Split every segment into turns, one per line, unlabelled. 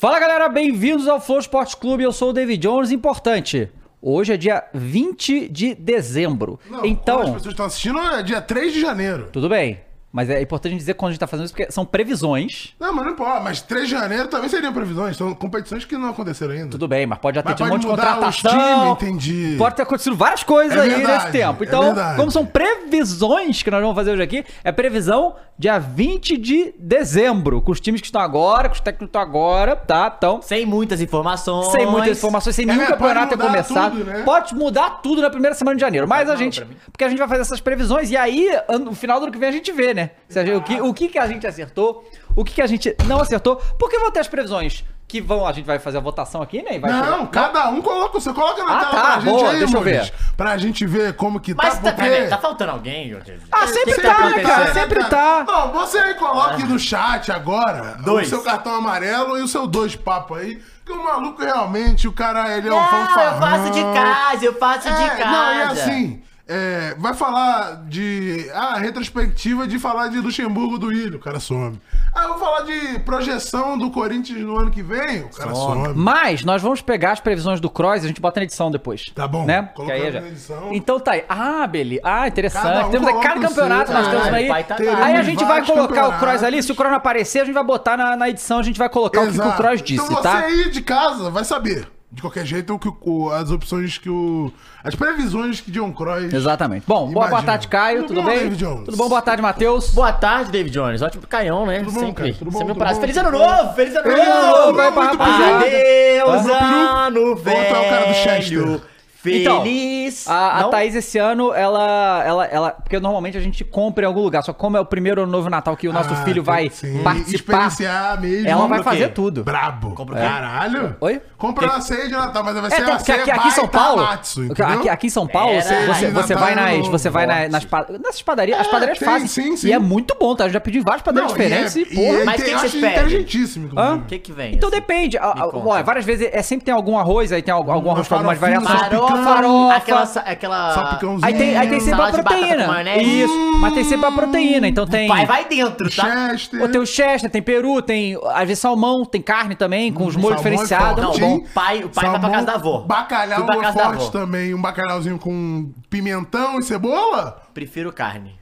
Fala galera, bem-vindos ao Flow Esporte Clube. Eu sou o David Jones. Importante, hoje é dia 20 de dezembro.
Não, quando as
então,
pessoas estão assistindo é dia 3 de janeiro.
tudo bem, mas é importante dizer quando a gente tá fazendo isso porque são previsões.
Não, mas não importa. Mas 3 de janeiro também seriam previsões. São competições que não aconteceram ainda.
Tudo bem, mas pode já ter
Mas
tido um monte
pode
de
mudar os
contratação.
times, entendi.
Pode ter acontecido várias coisas
É
aí
verdade,
nesse tempo.
é
Então,
verdade.
como são previsões que nós vamos fazer hoje aqui, é previsão dia 20 de dezembro, com os times que estão agora, com os técnicos que estão agora, tá? Então,
Sem muitas informações.
Sem muitas informações, sem
É,
nenhum
pode
campeonato ter
mudar
começado.
tudo, né?
Pode mudar tudo na primeira semana de janeiro. Mas a
mal
gente.
pra mim.
Porque a gente vai fazer essas previsões e aí, an- no final do ano que vem, a gente vê, né? Se a gente- o, que, o que que a gente acertou, o que que a gente não acertou. Porque vão ter as previsões que vão. A gente vai fazer a votação aqui, né? E vai chegar-
Não, cada um coloca. Você coloca na
Ah,
tela
tá,
pra gente
boa,
aí,
deixa eu
Muniz,
ver.
Pra gente ver como que
Mas
tá,
tá,
porque...
tá faltando alguém?
É. Ah, sempre tá,
acontecendo?
cara, sempre tá.
Não, você aí coloque no chat agora
Dois.
o seu cartão amarelo e o seu dois papo aí. Que o maluco realmente, o cara, ele é um
Não,
fanfarrão.
eu faço de casa, eu faço de
É,
casa.
Não, e assim, é, vai falar de. Ah, retrospectiva de falar de Luxemburgo do Ilho, o cara some. Ah, vou falar de projeção do Corinthians no ano que vem, o cara some.
Hum, Mas nós vamos pegar as previsões do Cross e a gente bota na edição depois.
Tá bom,
Né? Que
colocamos
aí já...
na edição.
Então tá aí. Ah, Beli. Ah,
Cada
interessante.
um
temos aí cada
coloca o
campeonato,
seu. Ah,
nós temos
Caralho,
aí.
pai tá dado.
Aí a gente vai
Vários
colocar o
campeonatos.
Cross ali. Se o Cross não aparecer, a gente vai botar na, na edição, a gente vai colocar é o que que o
Exato.
Cross disse,
então você
tá?
aí de casa vai saber. De qualquer jeito, o que o- as opções que o. As previsões que John Cross.
Exatamente. Bom, boa, boa
Imagina.
tarde, Caio. Tudo,
Tudo bom,
bem?
David Jones?
Tudo bom? Boa tarde, Matheus.
Boa tarde, David Jones. Ótimo canhão, né?
Tudo bom,
Sempre.
cara? Tudo bom,
Sempre um
tudo
prazer.
bom,
Feliz ano
tudo bom.
novo! Feliz ano
Feliz ano
novo,
novo!
vai pra rapaziada.
Adeus,
Tá?
ano
Volta o cara do
velho!
Chester.
Então,
Feliz!
A, a
Não?
Thaís esse ano, ela, ela, ela. Porque normalmente a gente compra em algum lugar. Só que como é o primeiro ano novo Natal que o nosso
Ah,
filho vai
sim.
participar.
Experienciar mesmo.
Ela vai
Compra o
fazer
quê?
tudo.
Brabo.
Compra o quê?
Caralho.
Oi?
Compra uma ceia de Natal, mas vai
É,
ser
então,
uma
porque
ceia
aqui, aqui em São
baita
Paulo.
matzo, entendeu?
aqui, aqui em São Paulo,
Era
você, você,
de
você
Natal
vai nas.
no
Você vai na-
norte.
nas, pa- nessas padarias. As
É,
padarias
tem,
fazem.
sim, sim.
E é muito bom, tá? Eu já pedi em várias padarias diferentes
e é,
e, porra.
e é,
Mas o
tem,
que
eu
que
acho
você pede?
inteligentíssimo, inclusive.
O que que vem?
Então
assim?
depende. A- a-
conta.
ó, várias vezes é sempre tem algum arroz, aí tem al- algum arroz com algumas
farofinha,
variações.
Farofa,
Farofa.
Aquela, sa- aquela...
Salpicãozinho.
Aí tem, aí tem sempre a
Salada de batata com
proteína.
maionese.
Isso, mas tem sempre a proteína. Então tem.
Vai, vai dentro, tá?
Chester.
Pô, tem o Chester, tem peru, tem às vezes salmão, tem carne também, com os molhos
Salmão é
diferenciados.
forte,
Não,
Não,
hein?
tá bom.
o pai- o pai vai pra casa da avó.
Bacalhau
Fui pra
é
casa da
forte
avó.
também. Um bacalhauzinho com pimentão e cebola?
Prefiro carne.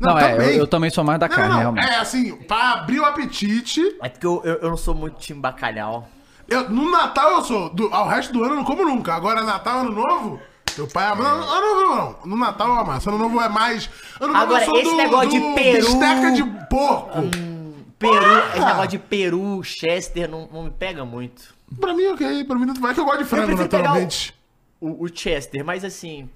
Não, é, eu, eu também sou mais da
Não,
carne,
não,
realmente.
É assim, pra abrir o apetite.
É porque eu, eu, eu não sou muito time bacalhau.
eu- no Natal eu sou. Do, ao resto do ano eu não como nunca. Agora Natal, ano novo. Teu pai ama. Não, ano novo não. No Natal eu amasso. Ano novo é mais. Ano novo
Agora,
eu sou
esse negócio de peru- Hum.
Bisteca de porco.
Peru,
Ah!
esse negócio de peru, Chester, não, não me pega muito.
Pra mim, ok. Pra mim, tanto vai que eu gosto de frango,
prefiro pegar o-
naturalmente.
O, o Chester, mas assim.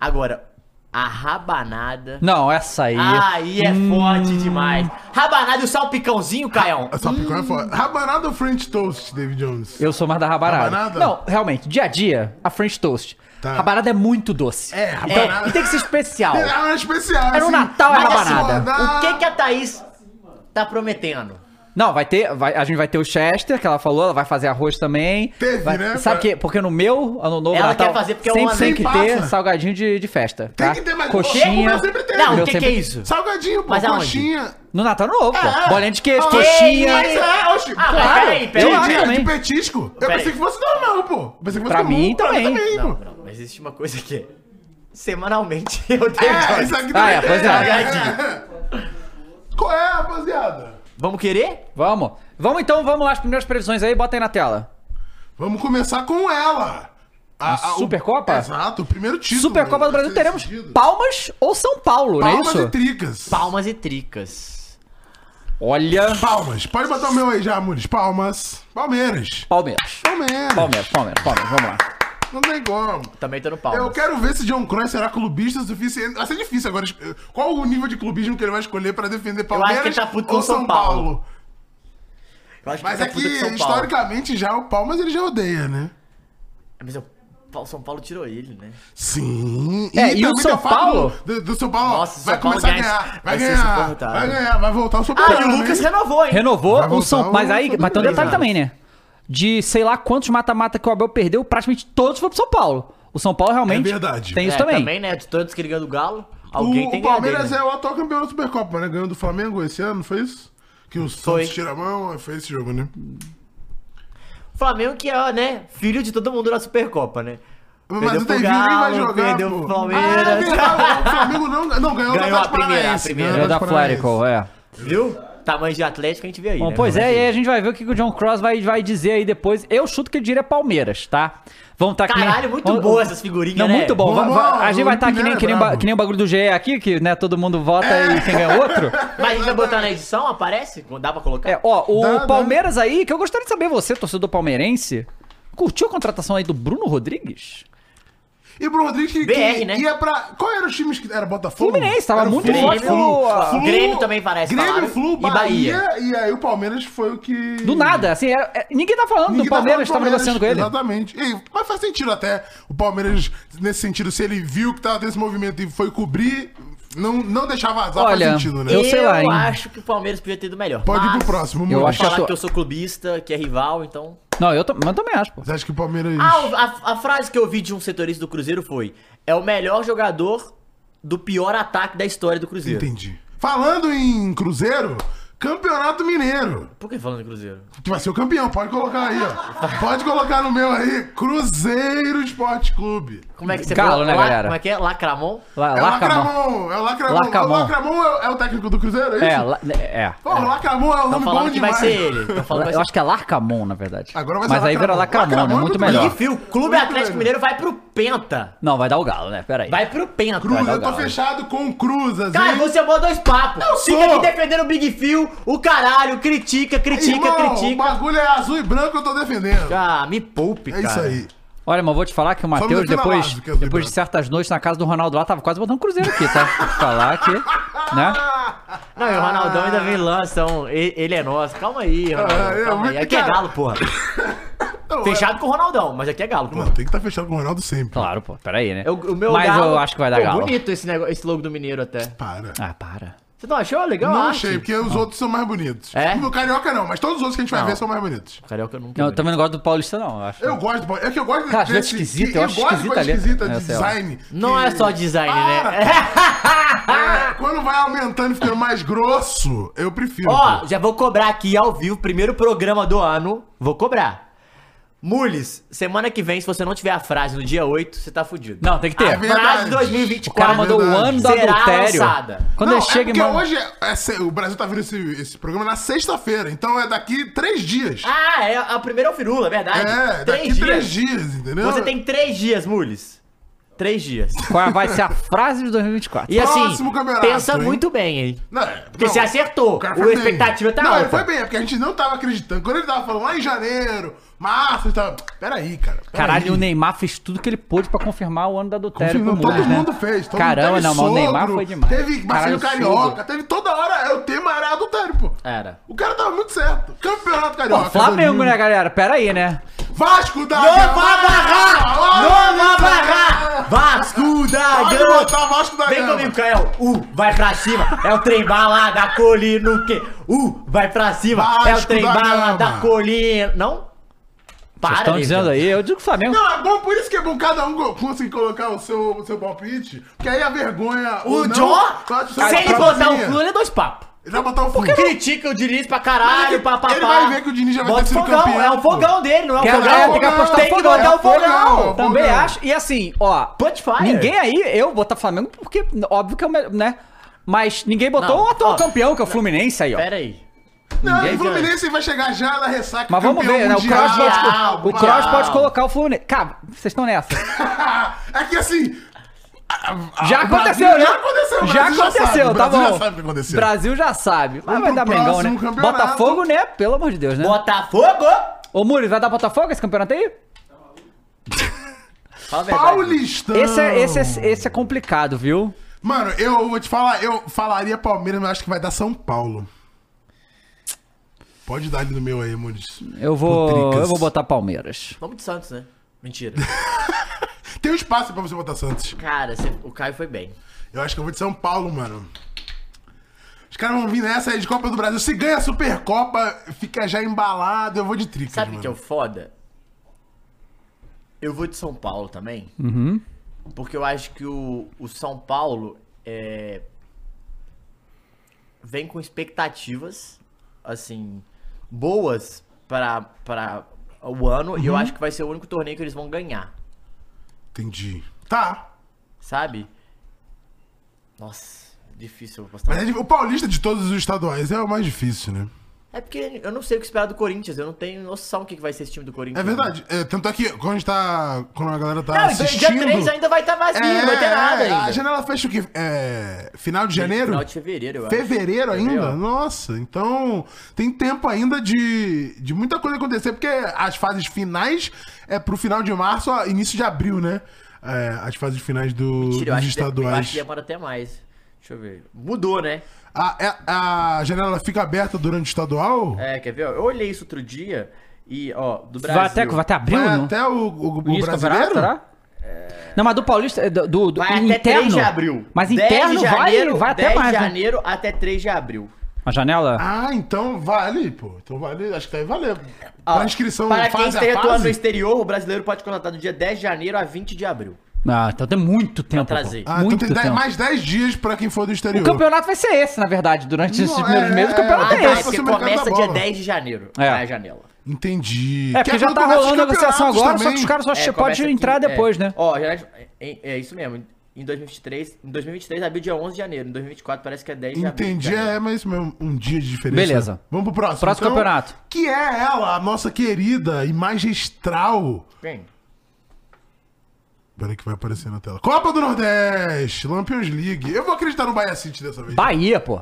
Agora, a rabanada.
Não, essa aí.
Aí é forte demais. Rabanada e o salpicãozinho, Caião.
Essa picanha é foda. Rabanada ou French Toast, David Jones?
Eu sou mais da rabanada.
Rabanada?
Não, realmente, dia a dia, a French Toast.
Tá.
Rabanada é muito doce. Então,
É, rabanada.
e tem que ser especial.
É uma especial.
É no Natal, é
mas
rabanada.
assim, dá-
O que, que a Thaís tá prometendo?
Não, vai ter. vai- a gente vai ter o Chester, que ela falou, ela vai fazer arroz também.
Teve,
Vai-
né?
Sabe
Pra-
que? Porque no meu, ano novo,
Ela
Natal,
quer fazer porque é um
sempre
ano
tem
que
que ter
passa.
salgadinho de, de festa.
Tem
tá?
que ter, mas-
Coxinha.
Eu sempre tenho.
Não,
Eu
o que, que
sempre-
é isso?
Salgadinho, pô,
Mas aonde?
coxinha.
No Natal no novo, pô.
É.
Bolinha de queijo,
Ah,
coxinha.
Mas é, oxi.
Ah,
pô,
mas peraí,
de-
peraí.
Eu
de-
acho também.
de petisco. Eu
Peraí.
pensei que fosse normal, pô. Eu Pensei que fosse
Pra
comum.
mim, também.
Não,
pô.
não, mas existe uma coisa que é. Semanalmente eu tenho.
É, isso aqui né?
Ah, é, pois é.
Qual é, rapaziada?
Vamos querer?
Vamos. Vamos então, vamos lá, as primeiras previsões aí, bota aí na tela.
Vamos começar com ela. A, a- o-
Supercopa?
Exato, o primeiro título.
Supercopa
né,
do Brasil,
vai ser
teremos
decidido.
Palmas ou São Paulo,
Palmas
não é
e
isso?
tricas.
Palmas e tricas.
Olha,
Palmas. Pode botar o meu aí já, Muniz. Palmas. Palmeiras.
Palmeiras.
Palmeiras.
Palmeiras, Palmeiras, Palmeiras, vamos lá.
Não tem como.
Também tô no palmas.
Eu quero ver se John Cross será clubista o suficiente. Vai ser difícil agora. es- Qual
é
o nível de clubismo que ele vai escolher pra defender Palmeiras
ele tá puto com
ou
São
São Paulo?
Paulo. Eu acho
Mas
tá
é que,
puta de São Paulo. Ah,
historicamente, já o Palmas ele já odeia, né?
Mas é o Pa- São Paulo tirou ele, né?
Sim.
É, e o
também tem
São
a fase
Paulo?
Do, do- do São Paulo ó,
Nossa, o
vai
São Paulo
começar
ganha-
a ganhar. Vai,
vai ser
ganhar.
insuportável.
Vai ganhar, vai voltar o São Paulo. né?
Ah, e o Lucas renovou, hein?
Renovou
Vai
o
voltar
São
o
Mas aí, mas tem um
Fluminense,
detalhe
né?
também, né? De sei lá quantos mata-mata que o Abel perdeu, praticamente todos foram pro São Paulo. O São Paulo realmente.
É verdade.
Tem isso
É,
também.
né? De todos que ele ganha do Galo, alguém
O,
tem
o
que ganhar dele,
Palmeiras
né?
é o atual campeão da Supercopa, né? Ganhou do Flamengo esse ano, não foi isso? Que o
Foi.
Santos tira a mão, foi esse jogo, né?
Flamengo que é, né, filho de todo mundo na Supercopa, né?
Mas
Perdeu
o
pro
Devinho nem vai
Galo,
jogar,
perdeu
pô.
pro Palmeiras.
Ah, é verdade, o Flamengo não, não ganhou,
Ganhou
do
a
Atlético
primeira, a
Paranaense,
primeira.
ganhou
É
do
da
Atlético Paranaense.
Flerical, é.
Viu? Tamanho de Atlético a gente vê aí,
Bom,
né?
pois
Mas,
é, e
enfim.
aí a gente vai ver o que que o John Cross vai, vai dizer aí depois. Eu chuto que ele diria Palmeiras, tá? Vamos tá que nem-
Caralho, muito
Vamos-
boa essas figurinhas,
Não,
né?
muito bom.
Boa,
Va- va-
boa,
a gente vai estar que nem,
né,
que, nem o ba-
brabo.
que nem o bagulho do GE aqui, que né, todo mundo vota e quem ganha é outro.
Mas a gente vai botar na edição, aparece? Dá pra colocar?
É, ó, o
Dá, dá.
Palmeiras aí, que eu gostaria de saber, você, torcedor palmeirense, curtiu a contratação aí do Bruno Rodrigues?
E Bruno Rodrigues que,
BR,
que
né?
ia pra. Qual era os times que. Era Botafogo?
Fluminense, tava
Era o
muito
Flu,
forte
Flu,
o-
Flu,
Grêmio também parece,
Grêmio,
falaram.
Flu,
E
Bahia,
Bahia.
E aí o Palmeiras foi o que.
Do nada, assim, era- é- ninguém tá falando
Ninguém
do Palmeiras,
tava
tava
falando do
negociando com ele.
Exatamente. E- mas faz sentido até o Palmeiras, nesse sentido, se ele viu que tava tendo esse movimento e foi cobrir, não, não deixar vazar,
Olha,
faz sentido, né?
eu sei lá, hein.
acho que o Palmeiras podia ter ido melhor.
Pode ir
Mas
pro próximo,
eu
Moro.
acho que
falar
a tua-
que eu sou clubista, que é rival, então...
Não, eu, tam- mas eu também acho, pô.
Você acha que o Palmeiras.
Ah, o- a, a frase que eu vi de um setorista do Cruzeiro foi: é o melhor jogador do pior ataque da história do Cruzeiro.
Entendi. Falando em Cruzeiro, Campeonato Mineiro.
Por que falando de Cruzeiro?
Tu vai ser o campeão, pode colocar aí, ó. Pode colocar no meu aí, Cruzeiro Esporte Clube.
Como é que você
Galo,
falou?
né,
Lá-
galera?
Como é que é? Lacramon?
Lá,
É o
lá, Camão.
Lacramon, é o Lacramon.
Lacramon.
O Lacramon é, é o técnico do Cruzeiro, é isso?
É, lá, é.
Pô, o Lacramon é um
Estão
nome bom
falando que vai
demais.
ser ele. Tão falando que
Eu
vai
acho que é Larcamon, na verdade.
Agora vai ser
Mas aí vira
Larcamon.
Larcamon, né?
Larcamon é
Muito
muito melhor.
melhor.
ser. Enfim, o Clube
Muito
Atlético
bem.
Mineiro vai pro Penta.
Não, vai dar o galo, né? Pera aí.
Vai pro Penta.
Cruz,
dar o
eu tô
galo.
fechado com Cruz, às
Cara,
vezes.
você é mó dois papos.
Eu
Fica
sou.
aqui defendendo o Big Phil, o caralho, critica, critica,
Irmão, O
critica.
bagulho é azul e branco, eu tô defendendo.
Ah, me poupe,
é
cara.
isso aí.
Olha, mas eu vou te falar que o
Só me
Matheus,
defina
depois,
lá, que eu vi
depois de
branco.
certas noites na casa do Ronaldo lá, tava quase botando cruzeiro aqui, tá? Vou te falar que, né?
Não, e o Ronaldão ainda vem lança um. e- Ele é nosso. Calma aí,
Ah, é,
Ronaldão. Calma
mas,
aí. Aqui é
cara-
galo, porra.
Não,
Fechado com o Ronaldão, mas aqui é galo,
é-
porra.
Mano, tem que estar fechado com o Ronaldo sempre.
Claro, pô, pera aí, né?
É o, o meu
mas
galo.
eu acho que vai dar
Pô,
galo.
bonito esse, negócio, esse logo do Mineiro até.
Para. Ah.
Ah, para.
Você não achou legal?
não
a
achei,
arte?
porque os outros são mais bonitos.
É?
O Carioca não, mas todos os outros que a gente vai
Não.
ver são mais bonitos.
Carioca eu nunca.
Não, eu
vi.
também não gosto do Paulista, não. Eu acho.
Eu gosto, do- é que eu gosto
Cara, às vezes esquisita, eu acho
gosto de
esquisita
coisa
a letra.
esquisita
É,
de
sei lá.
design.
Não
que-
é só design,
Para!
né?
É, quando vai aumentando e ficando mais grosso, eu prefiro.
Ó,
pô.
já vou cobrar aqui ao vivo, primeiro programa do ano. Vou cobrar. Mules, semana que vem, se você não tiver a frase no dia 8, você tá fudido.
Não, tem que
Ah,
ter.
é verdade.
Frase de
o cara
2024.
mandou o
verdade.
ano do
Será
adultério.
lançada.
Quando
não,
ele chega
é
e
porque
manda.
hoje é- é se- o Brasil tá vendo esse, esse programa na sexta-feira, então é daqui três dias.
Ah, é, a primeira é o Firula, é verdade.
é, daqui
três dias.
três dias, entendeu?
Você tem três dias, Mules. Três dias.
Qual vai ser a frase de 2024?
E assim,
Próximo campeonato,
pensa
hein?
muito bem, hein?
Não, é-
Porque
não,
você acertou.
cara
O
foi bem.
expectativa tá
Não,
alta.
ele foi bem, é porque a gente não tava acreditando. Quando ele tava falando lá em janeiro, março, ele tava. Peraí, cara. peraí."
Caralho, o Neymar fez tudo que ele pôde pra confirmar o ano do adultério
Confirmou,
com o
todo
Mules, né?
mundo fez. Todo
Caramba,
mundo
não, mas o Neymar
sogro,
foi demais.
Teve Marcelo
Caralho,
Carioca,
sogro.
teve toda hora. é, O tema era adultério, pô.
Era.
O cara tava muito certo. Campeonato
Pô,
Carioca.
Flamengo,
2000.
né, galera? Pera aí, né?
Vasco da
Não vai barrar! Não vai barrar! Vasco da
Pode
Gama!
botar Vasco da
Vem
Gama.
comigo, Caio. U, vai pra cima. É o trem bala da colina. O quê? U, vai pra cima. é o
Vasco
trem
da Gama.
bala da colina. Não? Para,
Vocês estão
Lívia.
dizendo aí, eu digo que o Flamengo.
Não, é bom, por isso que é bom cada um co- conseguir colocar o seu, o seu palpite, porque aí a vergonha.
O
ou não,
John,
só- só-
se ele
só-
botar o
sozinha.
Flu, ele é dois papos. Um
Ele vai botar o Flu.
Critica o Diniz pra caralho,
Ele-
papapá.
ele vai ver é que o Diniz já vai
Bota
ter sido
o fogão,
campeão,
É o
pô.
fogão dele, não é o
Quer-
fogão.
é, tem que apostar o
Tem que
fogão,
botar
é
o fogão.
fogão.
Também
Fogão.
acho. E assim, ó.
Punchfire.
Ninguém aí, eu botar Flamengo, porque óbvio que é o melhor, né? Mas ninguém botou
Não,
o atual
ó,
campeão, que é o Fluminense aí, ó.
Pera aí.
Não,
Ninguém
o Fluminense vai chegar já na ressaca.
Mas vamos
campeão
ver, né? O
mundial.
Cross pode,
mundial,
o Kroos
mundial.
pode colocar o Fluminense. Cara, vocês estão nessa.
é que assim. a- a-
Já
Ah, o
aconteceu,
Brasil-
né?
Já aconteceu, o
Já
Brasil
aconteceu,
sabe,
tá
o Brasil
bom.
já sabe o que aconteceu.
Brasil já sabe. Mas
Vamos
vai
pro
dar Mengão, né?
próximo campeonato.
Botafogo, né? Pelo amor de Deus, né?
Botafogo!
Ô, Muri, vai dar Botafogo esse campeonato aí?
Fala a verdade. né?
Paulistão.
Esse é, esse, é, esse é complicado, viu?
Mano, eu vou te falar, eu falaria Palmeiras, mas acho que vai dar São Paulo. Pode dar ali no meu aí, Muniz.
Eu vou,
Putricas.
eu vou botar Palmeiras.
Vamos de Santos, né? Mentira.
Tem um espaço pra você botar Santos.
Cara, você- o Caio foi bem.
Eu acho que eu vou de São Paulo, mano. Os caras vão vir nessa aí de Copa do Brasil. Se ganha a Supercopa, fica já embalado. Eu vou de Tricas,
Sabe o
mano.
que é o foda? Eu vou de São Paulo também.
Uhum.
Porque eu acho que o, o São Paulo é, vem com expectativas, assim, boas pra, pra o ano. E eu
Uhum.
acho que vai ser o único torneio que eles vão ganhar,
Entendi. Tá.
sabe? Nossa, difícil eu
Mas
postar.
é de- o paulista de todos os estaduais é o mais difícil, né?
É porque eu não sei o que esperar do Corinthians. Eu não tenho noção o que que vai ser esse time do Corinthians.
É verdade. É, tanto é que quando a gente tá. Quando a galera tá.
Não, então
assistindo,
dia 3 ainda vai estar vazio, não vai ter nada
é, A
ainda.
janela fecha o quê? É, final de janeiro?
Final de fevereiro, eu acho.
Fevereiro ainda?
Entendeu?
Nossa, então tem tempo ainda de, de muita coisa acontecer, porque as fases finais é pro final de março, ó, início de abril, né? É, as fases finais do,
Mentira,
dos
eu acho, que, eu acho
estaduais.
que demora até mais. Deixa eu ver. Mudou, né?
A, é- a janela fica aberta durante o estadual?
É, quer ver? ó? Eu olhei isso outro dia e, ó, do Brasil.
Vai até, vai até abril,
Vai
não?
até o, o, o
O início do campeonato,
brasileiro?
será? Não, mas do Paulista, é, do, do, do
Vai até 3 de abril.
Mas
10 de
interno vai,
janeiro-
vai até
10
mais.
de
Né?
janeiro até 3 de abril.
A janela?
Ah, então vale, pô. Então vale, acho que deve valer.
Ó,
Pra Tá inscrição
para quem
fase a
esteja atuando no
fase?
exterior, o brasileiro pode contratar do dia 10 de janeiro a 20 de abril.
Ah, então tem muito tempo. pô.
trazer.
Ah,
muito
então tem dez-
tempo.
mais 10 dias pra quem for do
O
exterior.
campeonato vai ser esse, na verdade. Durante esses
Não,
primeiros
é,
meses, o campeonato
Ah,
é
tá,
esse.
esse
porque
é o mercado
começa
da
dia
bola.
10 de janeiro.
É.
É. a janela.
Entendi.
É,
Que
porque já
quando
tá
começa os
rolando a negociação
campeonatos
agora, só
também.
que os caras só
É,
che-
começa
pode
aqui,
entrar
é.
depois, né?
Ó, já, é, é isso mesmo. Em 2023, em 2023 abriu dia 11 de janeiro. Em 2024 parece que é 10 de abril.
Entendi,
cara.
é, mas isso mesmo, um dia de diferença.
Beleza.
Vamos pro próximo. então,
Próximo campeonato.
Que é ela, a nossa querida e magistral.
Quem?
Peraí que vai aparecer na tela. Copa do Nordeste, Lampions League. Eu vou acreditar no Bahia City dessa vez.
Bahia, pô.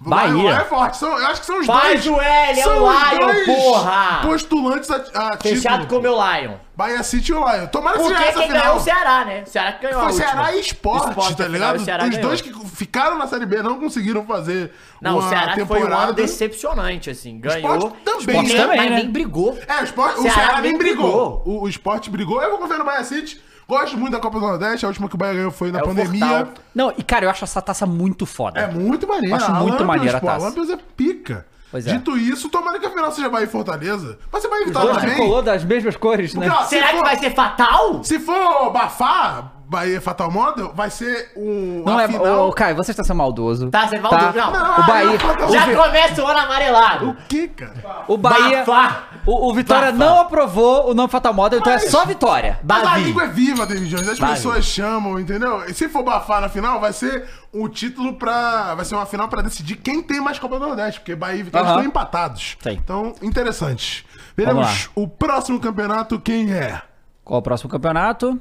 Vai- vai é
Bahia.
forte. São- eu acho que são os
Faz
dois.
o L, é
são
o
os
Lion,
dois
porra!
Postulantes a, a
Fechado com o
título.
meu Lion.
Bahia City e o Lion. Tomara que
Porque
seja
quem
essa
ganhou é
final.
o Ceará, né? O Ceará que ganhou a
Foi
última.
Ceará e esporte, tá
a final,
ligado?
o Ceará
Os
ganhou.
dois que ficaram na Série B não conseguiram fazer
Não, o
uma
Ceará que foi um ano
temporada.
decepcionante, assim. Ganhou.
Esporte também,
Esporte
né?
também,
Mas
mas
né?
nem brigou.
É, o Sport, o
Ceará
Ceará nem
nem
brigou.
brigou.
O, o Sport brigou. Eu vou confiar no Bahia City. Gosto muito da Copa do Nordeste. A última que o Bahia ganhou foi na
É o
pandemia.
Fortal.
Não, e cara, eu acho essa taça muito foda.
É muito maneiro.
Acho
A
muito
Lampions,
maneira a
pô, a
taça.
Lampions é pica.
Pois é.
Dito isso, tomara que a final seja Bahia e Fortaleza. Mas você vai evitar
Todo
também.
tricolor das mesmas cores, né?
Porque, ó, se
Será que
for-
vai ser fatal?
Se for bafar Bahia Fatal Model, vai ser um.
Não
a
é.
final- é
Ô, ô, Caio, você está sendo maldoso.
Tá sendo maldoso, não.
Não,
O
aí
Bahia.
eu falo-
o
Já
Vi-
começa o ano amarelado.
O que, cara?
O Bahia.
Bafá.
O, o Vitória
Bafá.
não aprovou o nome Fatal Model, então é
Mas-
só Vitória.
Mas a
Bavi.
língua é viva, David Jones. As
Bavi.
pessoas chamam, entendeu? E se for bafar na final, vai ser um título pra. Vai ser uma final pra decidir quem tem mais Copa do Nordeste, porque Bahia e Vitória
Aham.
estão empatados.
Sim.
Então, interessante.
Vamos
Veremos
lá.
o próximo campeonato, quem é?
Qual o próximo campeonato?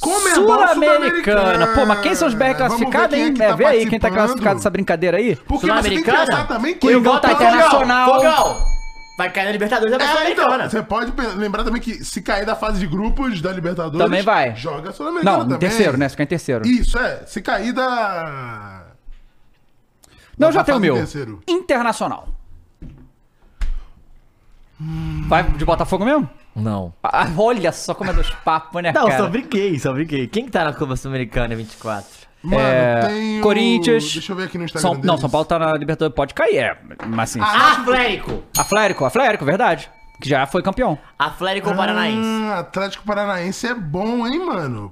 Comembol
Sul-Americana.
é Sul-Americana.
Pô, mas quem são os BR
Vamos ver
classificados,
quem é
hein?
que
É,
tá
vê aí quem tá
participando.
classificado dessa brincadeira aí.
Porque você tem que
Sul-Americana?
pensar também
Quem volta
Então,
é internacional.
Fogão. Vai cair na Libertadores da
É, então,
Sul-Americana.
você pode pe- lembrar também que se cair da fase de grupos da Libertadores,
Também vai.
joga a Sul-Americana
Não, em
também.
terceiro, né? Ficar em terceiro.
Isso, é. Se cair da.
Não,
da
já tem o
fase de
meu.
tá terceiro.
Internacional. Vai de Botafogo mesmo?
Não.
Ah, olha só como é dos papos, né,
Não,
cara?
só brinquei, só brinquei. Quem que tá na Copa Sul-Americana 24?
Mano,
É,
tem o-
Corinthians.
Deixa eu ver aqui no Instagram.
São, não,
deles.
São Paulo tá na Libertadores, pode cair, é. Mas assim.
Ah,
Ah,
Atlético.
Aflérico, Aflérico, verdade. Que já foi campeão.
Atlético ou Paranaense?
Ah, Atlético Paranaense é bom, hein, mano?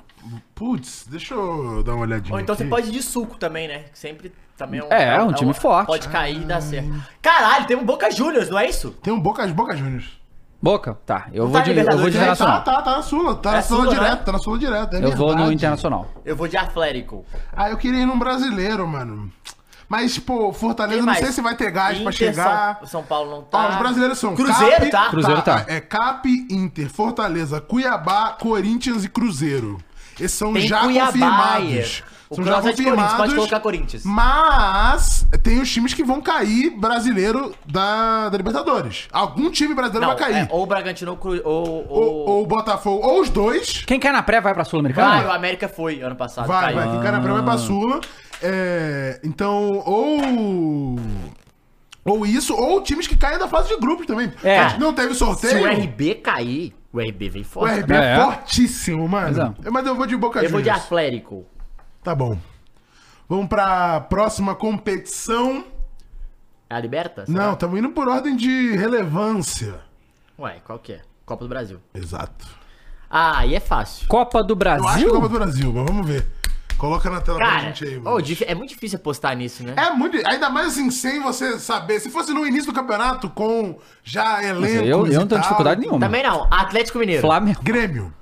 Putz, deixha eu dar uma olhadinha.
Ou então você
aqui.
pode ir de suco também, né? Que sempre também é um.
É, um time forte.
Pode cair e dar certo. Caralho, tem um Boca Juniors, não é isso?
Tem um Boca, Boca Juniors.
Boca? Tá, eu
tá
vou de, eu vou
Libertadores,
de
né?
tá,
Internacional.
tá, tá na Sula. Tá na
É
Sula
Sula,
direto,
né?
tá na Sula direto. é
Eu vou no
verdade.
Internacional.
Eu vou de Atlético.
Ah, eu queria ir num brasileiro, mano. Mas, pô, Fortaleza,
Quem
não
mais?
sei se vai ter gás pra
Inter,
chegar.
São, São Paulo não tá.
Ó, os brasileiros são
Cruzeiro
Cap,
tá.
Cruzeiro tá.
É Cap, Inter, Fortaleza, Cuiabá, Corinthians e Cruzeiro. Esses são
Tem
já
Cuiabá,
confirmados.
é. O
São já
Cross é de Corinthians,
confirmados.
pode colocar Corinthians.
Mas tem os times que vão cair brasileiro da, da Libertadores. Algum time brasileiro
não,
vai cair.
é, ou o Bragantino ou. Cru- Ou,
ou,
ou...
ou o Botafogo, ou os dois.
Quem cai na pré vai pra
Vai, o
Sul-Americana?
América foi ano passado.
Vai,
caiu.
vai. Quem cai na prova vai pra Sula. É, então, ou. Ou Ou isso, ou times que caem da fase de grupos também.
É.
Mas Não teve
Se
sorteio.
o RB cair, o RB vem
um. O
forte.
RB é,
É.
fortíssimo, mano.
Mas
Mas, eu vou de Boca
Eu
Juniors.
vou de Atlético.
Tá bom. Vamos pra próxima competição.
É a Libertas?
Não, estamos indo por ordem de relevância.
Ué, qual que é? Copa do Brasil.
Exato.
Ah, aí é fácil.
Copa do
Eu acho que é
Brasil?
Copa do Brasil, mas vamos ver. Coloca na tela pra
Cara,
gente aí, mano.
ô, dif- é muito difícil apostar nisso, né?
É muito. Ainda mais assim, sem você saber. Se fosse no início do campeonato, com já
Mas
elenco.
Eu, eu não tenho dificuldade nenhuma.
Também não. Atlético Mineiro.
Flamengo.
Grêmio.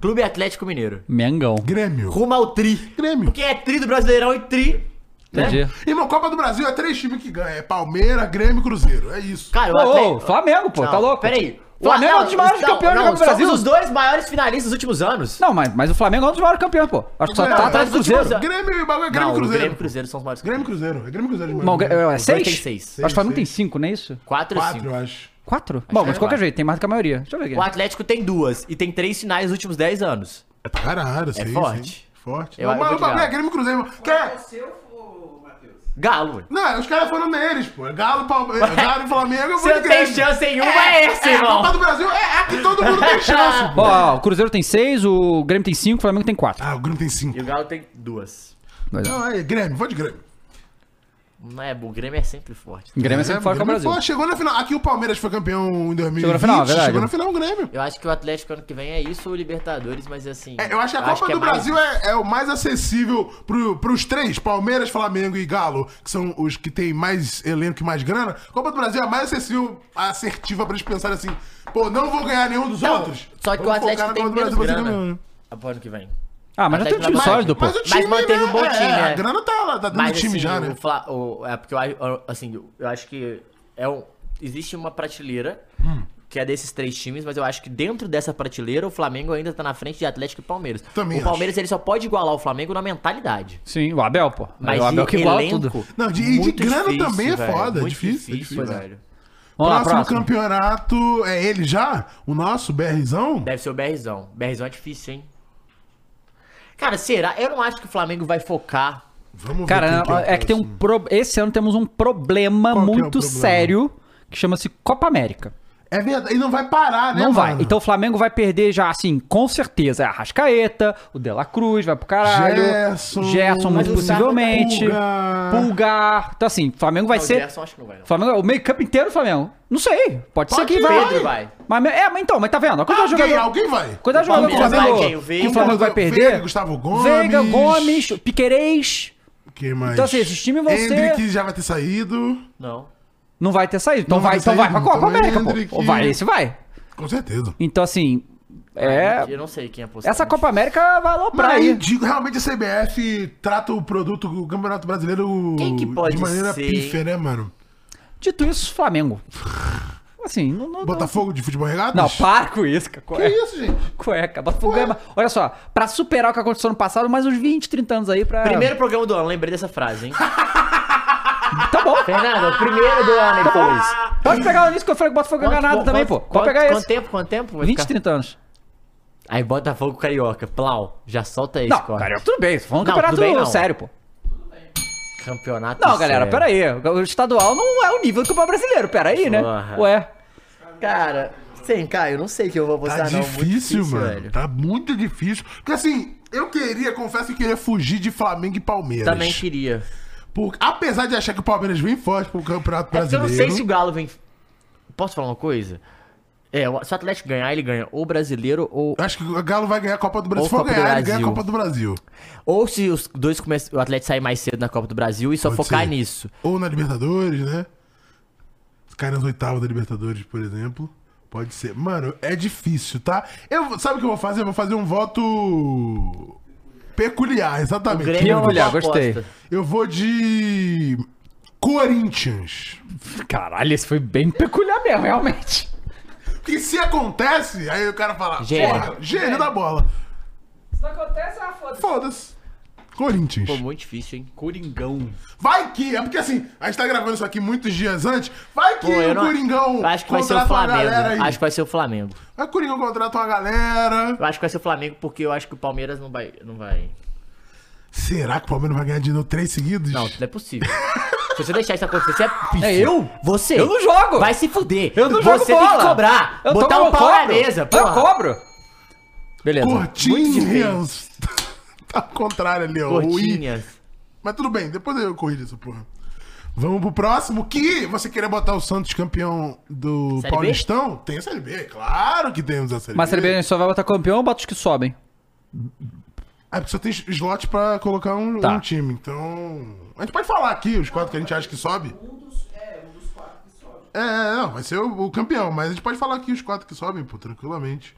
Clube Atlético Mineiro.
Mengão.
Grêmio.
Rumo ao tri.
Grêmio.
Porque é tri do Brasileirão e tri. né?
Entendi.
Irmão, Copa do Brasil é três times que ganham. É Palmeiras, Grêmio e Cruzeiro. É isso.
Cara, o
Ô,
Atlético.
ô, Flamengo, pô,
Não,
tá louco?
Peraí. O
Flamengo é um dos maiores campeões da Copa do Brasil.
Somos os dois maiores finalistas dos últimos anos.
Não, mas, mas o Flamengo é um dos maiores campeões, pô. Acho que só
É,
tá
mas
atrás
os
do Cruzeiro.
últimos-
Grêmio e bagulho é
Não,
Grêmio e
o
Cruzeiro.
Grêmio e Cruzeiro são os maiores.
Grêmio e Cruzeiro. É Grêmio e Cruzeiro. irmão.
Bom, é, é
Os dois
seis?
têm seis.
Acho que o Flamengo tem
Seis,
cinco, não é isso?
Quatro, ou
Quatro, é.
cinco.
eu acho.
Qualquer- Bom, mas
é
de qualquer
quatro.
jeito, tem mais do que a maioria. Deixa eu ver
O
aqui.
Atlético tem duas e tem três finais nos últimos dez anos.
É pra caralho, sei,
forte.
sei. Forte.
Eu-
Não,
eu
mas
vou
o bagulho
de
é Grêmio e Cruzeiro. irmão. Quer?
Galo.
Não, os caras foram neles, pô. É Galo, Palmeiras, Galo e Flamengo, eu
Se
vou de
eu tenho
Grêmio.
chance em uma, é essa,
É, a
irmão.
Copa do Brasil é a que todo mundo tem chance.
Ó, ó, o Cruzeiro tem seis, o Grêmio tem cinco, o Flamengo tem quatro.
Ah, o Grêmio tem cinco.
E o Galo tem duas.
Dois, ó.
Não, é Grêmio, vou de Grêmio.
Não é, o Grêmio é sempre forte.
O Grêmio é sempre fora do
Grêmio,
Brasil.
pô, chegou na final. Aqui o Palmeiras foi campeão em 2020.
Chegou na final, é verdade.
Chegou na final o Grêmio.
Eu acho que o Atlético ano que vem é isso ou o Libertadores, mas assim.
É, eu acho que a Copa do
é mais-
Brasil é, é o mais acessível pro, pros três, Palmeiras, Flamengo e Galo, que são os que tem mais elenco e mais grana. Copa do Brasil é a mais acessível, assertiva pra eles pensarem assim, pô, não vou ganhar nenhum é dos
Não,
outros.
só que
Vamos
o Atlético
focar na
tem
Copa do Tá
menos
pra ser
grana.
campeão, né?
Pro ano que vem.
Ah, mas já tem um
Atlético
time
vai-
sólido, pô.
Mas o
Mas
time,
manteve
né?
um bom
é,
time,
A
né?
grana tá lá, tá dando
Mas
time
assim,
já, né?
o Fla- o- é porque eu, eu- assim, eu- eu acho que é um, existe uma prateleira
Hum.
que é desses três times, mas eu acho que dentro dessa prateleira o Flamengo ainda tá na frente de Atlético e Palmeiras.
Também
o Palmeiras ele só pode igualar o Flamengo na mentalidade.
Sim, o Abel, pô. É,
Mas
o Abel
de
que iguala
elenco,
tudo.
Não, de- e de
muito
grana também é
velho,
foda, é
muito
difícil, é difícil.
velho.
Vamos lá,
próximo,
próximo.
campeonato é ele já? O nosso, BRzão?
Deve ser o BRzão. BRzão é difícil, hein? Cara, será? Eu não acho que o Flamengo vai focar.
Vamos
Cara,
quem
é,
o
que tem um.
próximo.
Pro... Esse ano temos um problema
Qual que é o
muito
problema?
sério que chama-se Copa América.
É verdade, e não vai parar, né,
Não vai.
mano?
Então o Flamengo vai perder já, assim, com certeza. É a Rascaeta, o Dela Cruz vai pro caralho.
Gerson.
Gerson,
Mas
muito
o
possivelmente.
Pulgar.
Pulgar. Então, assim, o Flamengo vai
Não,
ser.
o Gerson acho que não vai, não.
Flamengo, o meio-campo inteiro do Flamengo. Não sei. Pode, ser
Pode
que
ir,
vai.
Pedro vai.
Mas, é, mas então, mas tá vendo? Quando
alguém, alguém vai.
Quando a jogador que o
Palmeiras
Flamengo,
vai quem? O Veiga,
que o Flamengo vai
Veiga,
perder.
Gustavo Gomes.
Veiga, Gomes, Piquerez.
Quem mais?
Então, assim, esses times vão ser-
Hendrick já vai ter saído,
Não.
Não vai ter saído. Então
Não
vai,
vai ter
então vai pra
saído,
Copa
então
América,
Hendrick-
pô. Ou Vai, esse vai.
com certeza.
Então, assim. É.
Eu não sei quem apostou.
Essa Copa América vai aloprar
Mas aí,
aí.
digo, realmente a CBF trata o produto, o Campeonato Brasileiro
Quem que pode
de maneira
ser,
pífia, né, mano?
Dito isso, Flamengo. Assim, não. Não, não,
Botafogo de futebol regatas?
não para com isso, cara.
Que
Cueca.
isso, gente?
Cueca. Botafogo ganha. mais- Olha só, pra superar o que aconteceu no passado, mais uns 20, 30 anos aí pra.
Primeiro programa do ano, lembrei dessa frase, hein?
Tá bom.
Fernando, o primeiro do ano ele falou isso.
Pode pegar o início que eu falei que o Botafogo ganha nada também, pô. Pode
quanto,
pegar esse.
Quanto tempo, quanto tempo? vai
20,
ficar?
30 anos.
Aí Botafogo Carioca, Plau, já solta esse
Não,
corte.
cara, tudo bem. Vamos
Não,
um campeonato
tudo bem, não.
sério, pô.
Campeonato
Não, galera,
sério.
peraí. O estadual não é o nível do campeonato brasileiro, peraí, né?
Porra.
Ué.
Cara, sim, cara, eu não sei que eu vou
Tá
apostar não. muito
difícil, mano.
velho.
Tá muito difícil. Porque assim, eu queria, confesso que eu queria fugir de Flamengo e Palmeiras.
Também queria.
Por- apesar de achar que o Palmeiras vem forte pro Campeonato
É porque eu
Brasileiro.
não sei se o Galo vem. Posso falar uma coisa? É, o- se o Atlético ganhar, ele ganha ou brasileiro ou.
Eu Acho que o Galo vai ganhar a Copa do Brasil. Se
Ou
for
Copa do
ganhar, ele ganha a
Brasil.
Copa do Brasil.
Ou se os dois começam. O Atlético sair mais cedo na Copa do Brasil e só
Pode
focar
ser.
nisso.
Ou na Libertadores, né? Os caras nas oitavas da Libertadores, por exemplo. Pode ser. Mano, é difícil, tá? Eu, sabe o que eu vou fazer? Eu vou fazer um voto peculiar, exatamente.
Grêmio é uma
Peculiar,
boa
gostei.
aposta.
Eu vou de Corinthians.
Caralho, esse foi bem peculiar mesmo, realmente.
Porque se acontece, aí o cara fala,
Gênio.
porra, gênio da bola.
Se não acontece, ah, foda-se.
Foda-se. Corinthians.
Pô, muito difícil, hein?
Coringão.
Vai que, é porque assim, a gente tá gravando isso aqui muitos dias antes. Vai que
Pô,
é
eu
o
não-
Coringão
Eu acho que vai ser o
contrata uma
Flamengo.
galera aí.
Acho que vai ser o Flamengo.
Aí o Coringão contrata uma galera.
Eu acho que vai ser o Flamengo porque eu acho que o Palmeiras não vai. Não, vai...
Será que o Palmeiras vai ganhar de novo três seguidos?
não, não é possível. Se você deixar isso acontecer, você é pífio.
É eu?
Você.
Eu não jogo.
Vai se fuder.
Eu não jogo
Você tem
bola.
que cobrar.
Eu
botar
tomo-
um
eu
pau na
cobro.
mesa,
Eu
porra.
cobro.
Beleza.
Cortinhas! tá ao contrário ali, ó. O I.
Cortinhas.
Mas tudo bem, depois eu corrijo essa porra. Vamos pro próximo, que você queria botar o Santos campeão do
Série B?
Paulistão? Tem a Série B, claro que temos a Série
Mas a
B.
Série B a gente só vai botar campeão ou bota os que sobem?
Ah, porque só tem slot pra colocar um,
Tá.
um time, então... A gente pode falar aqui os quatro que a gente acha que sobe. É, não, vai ser o, o campeão, mas a gente pode falar aqui os quatro que sobem, pô, tranquilamente.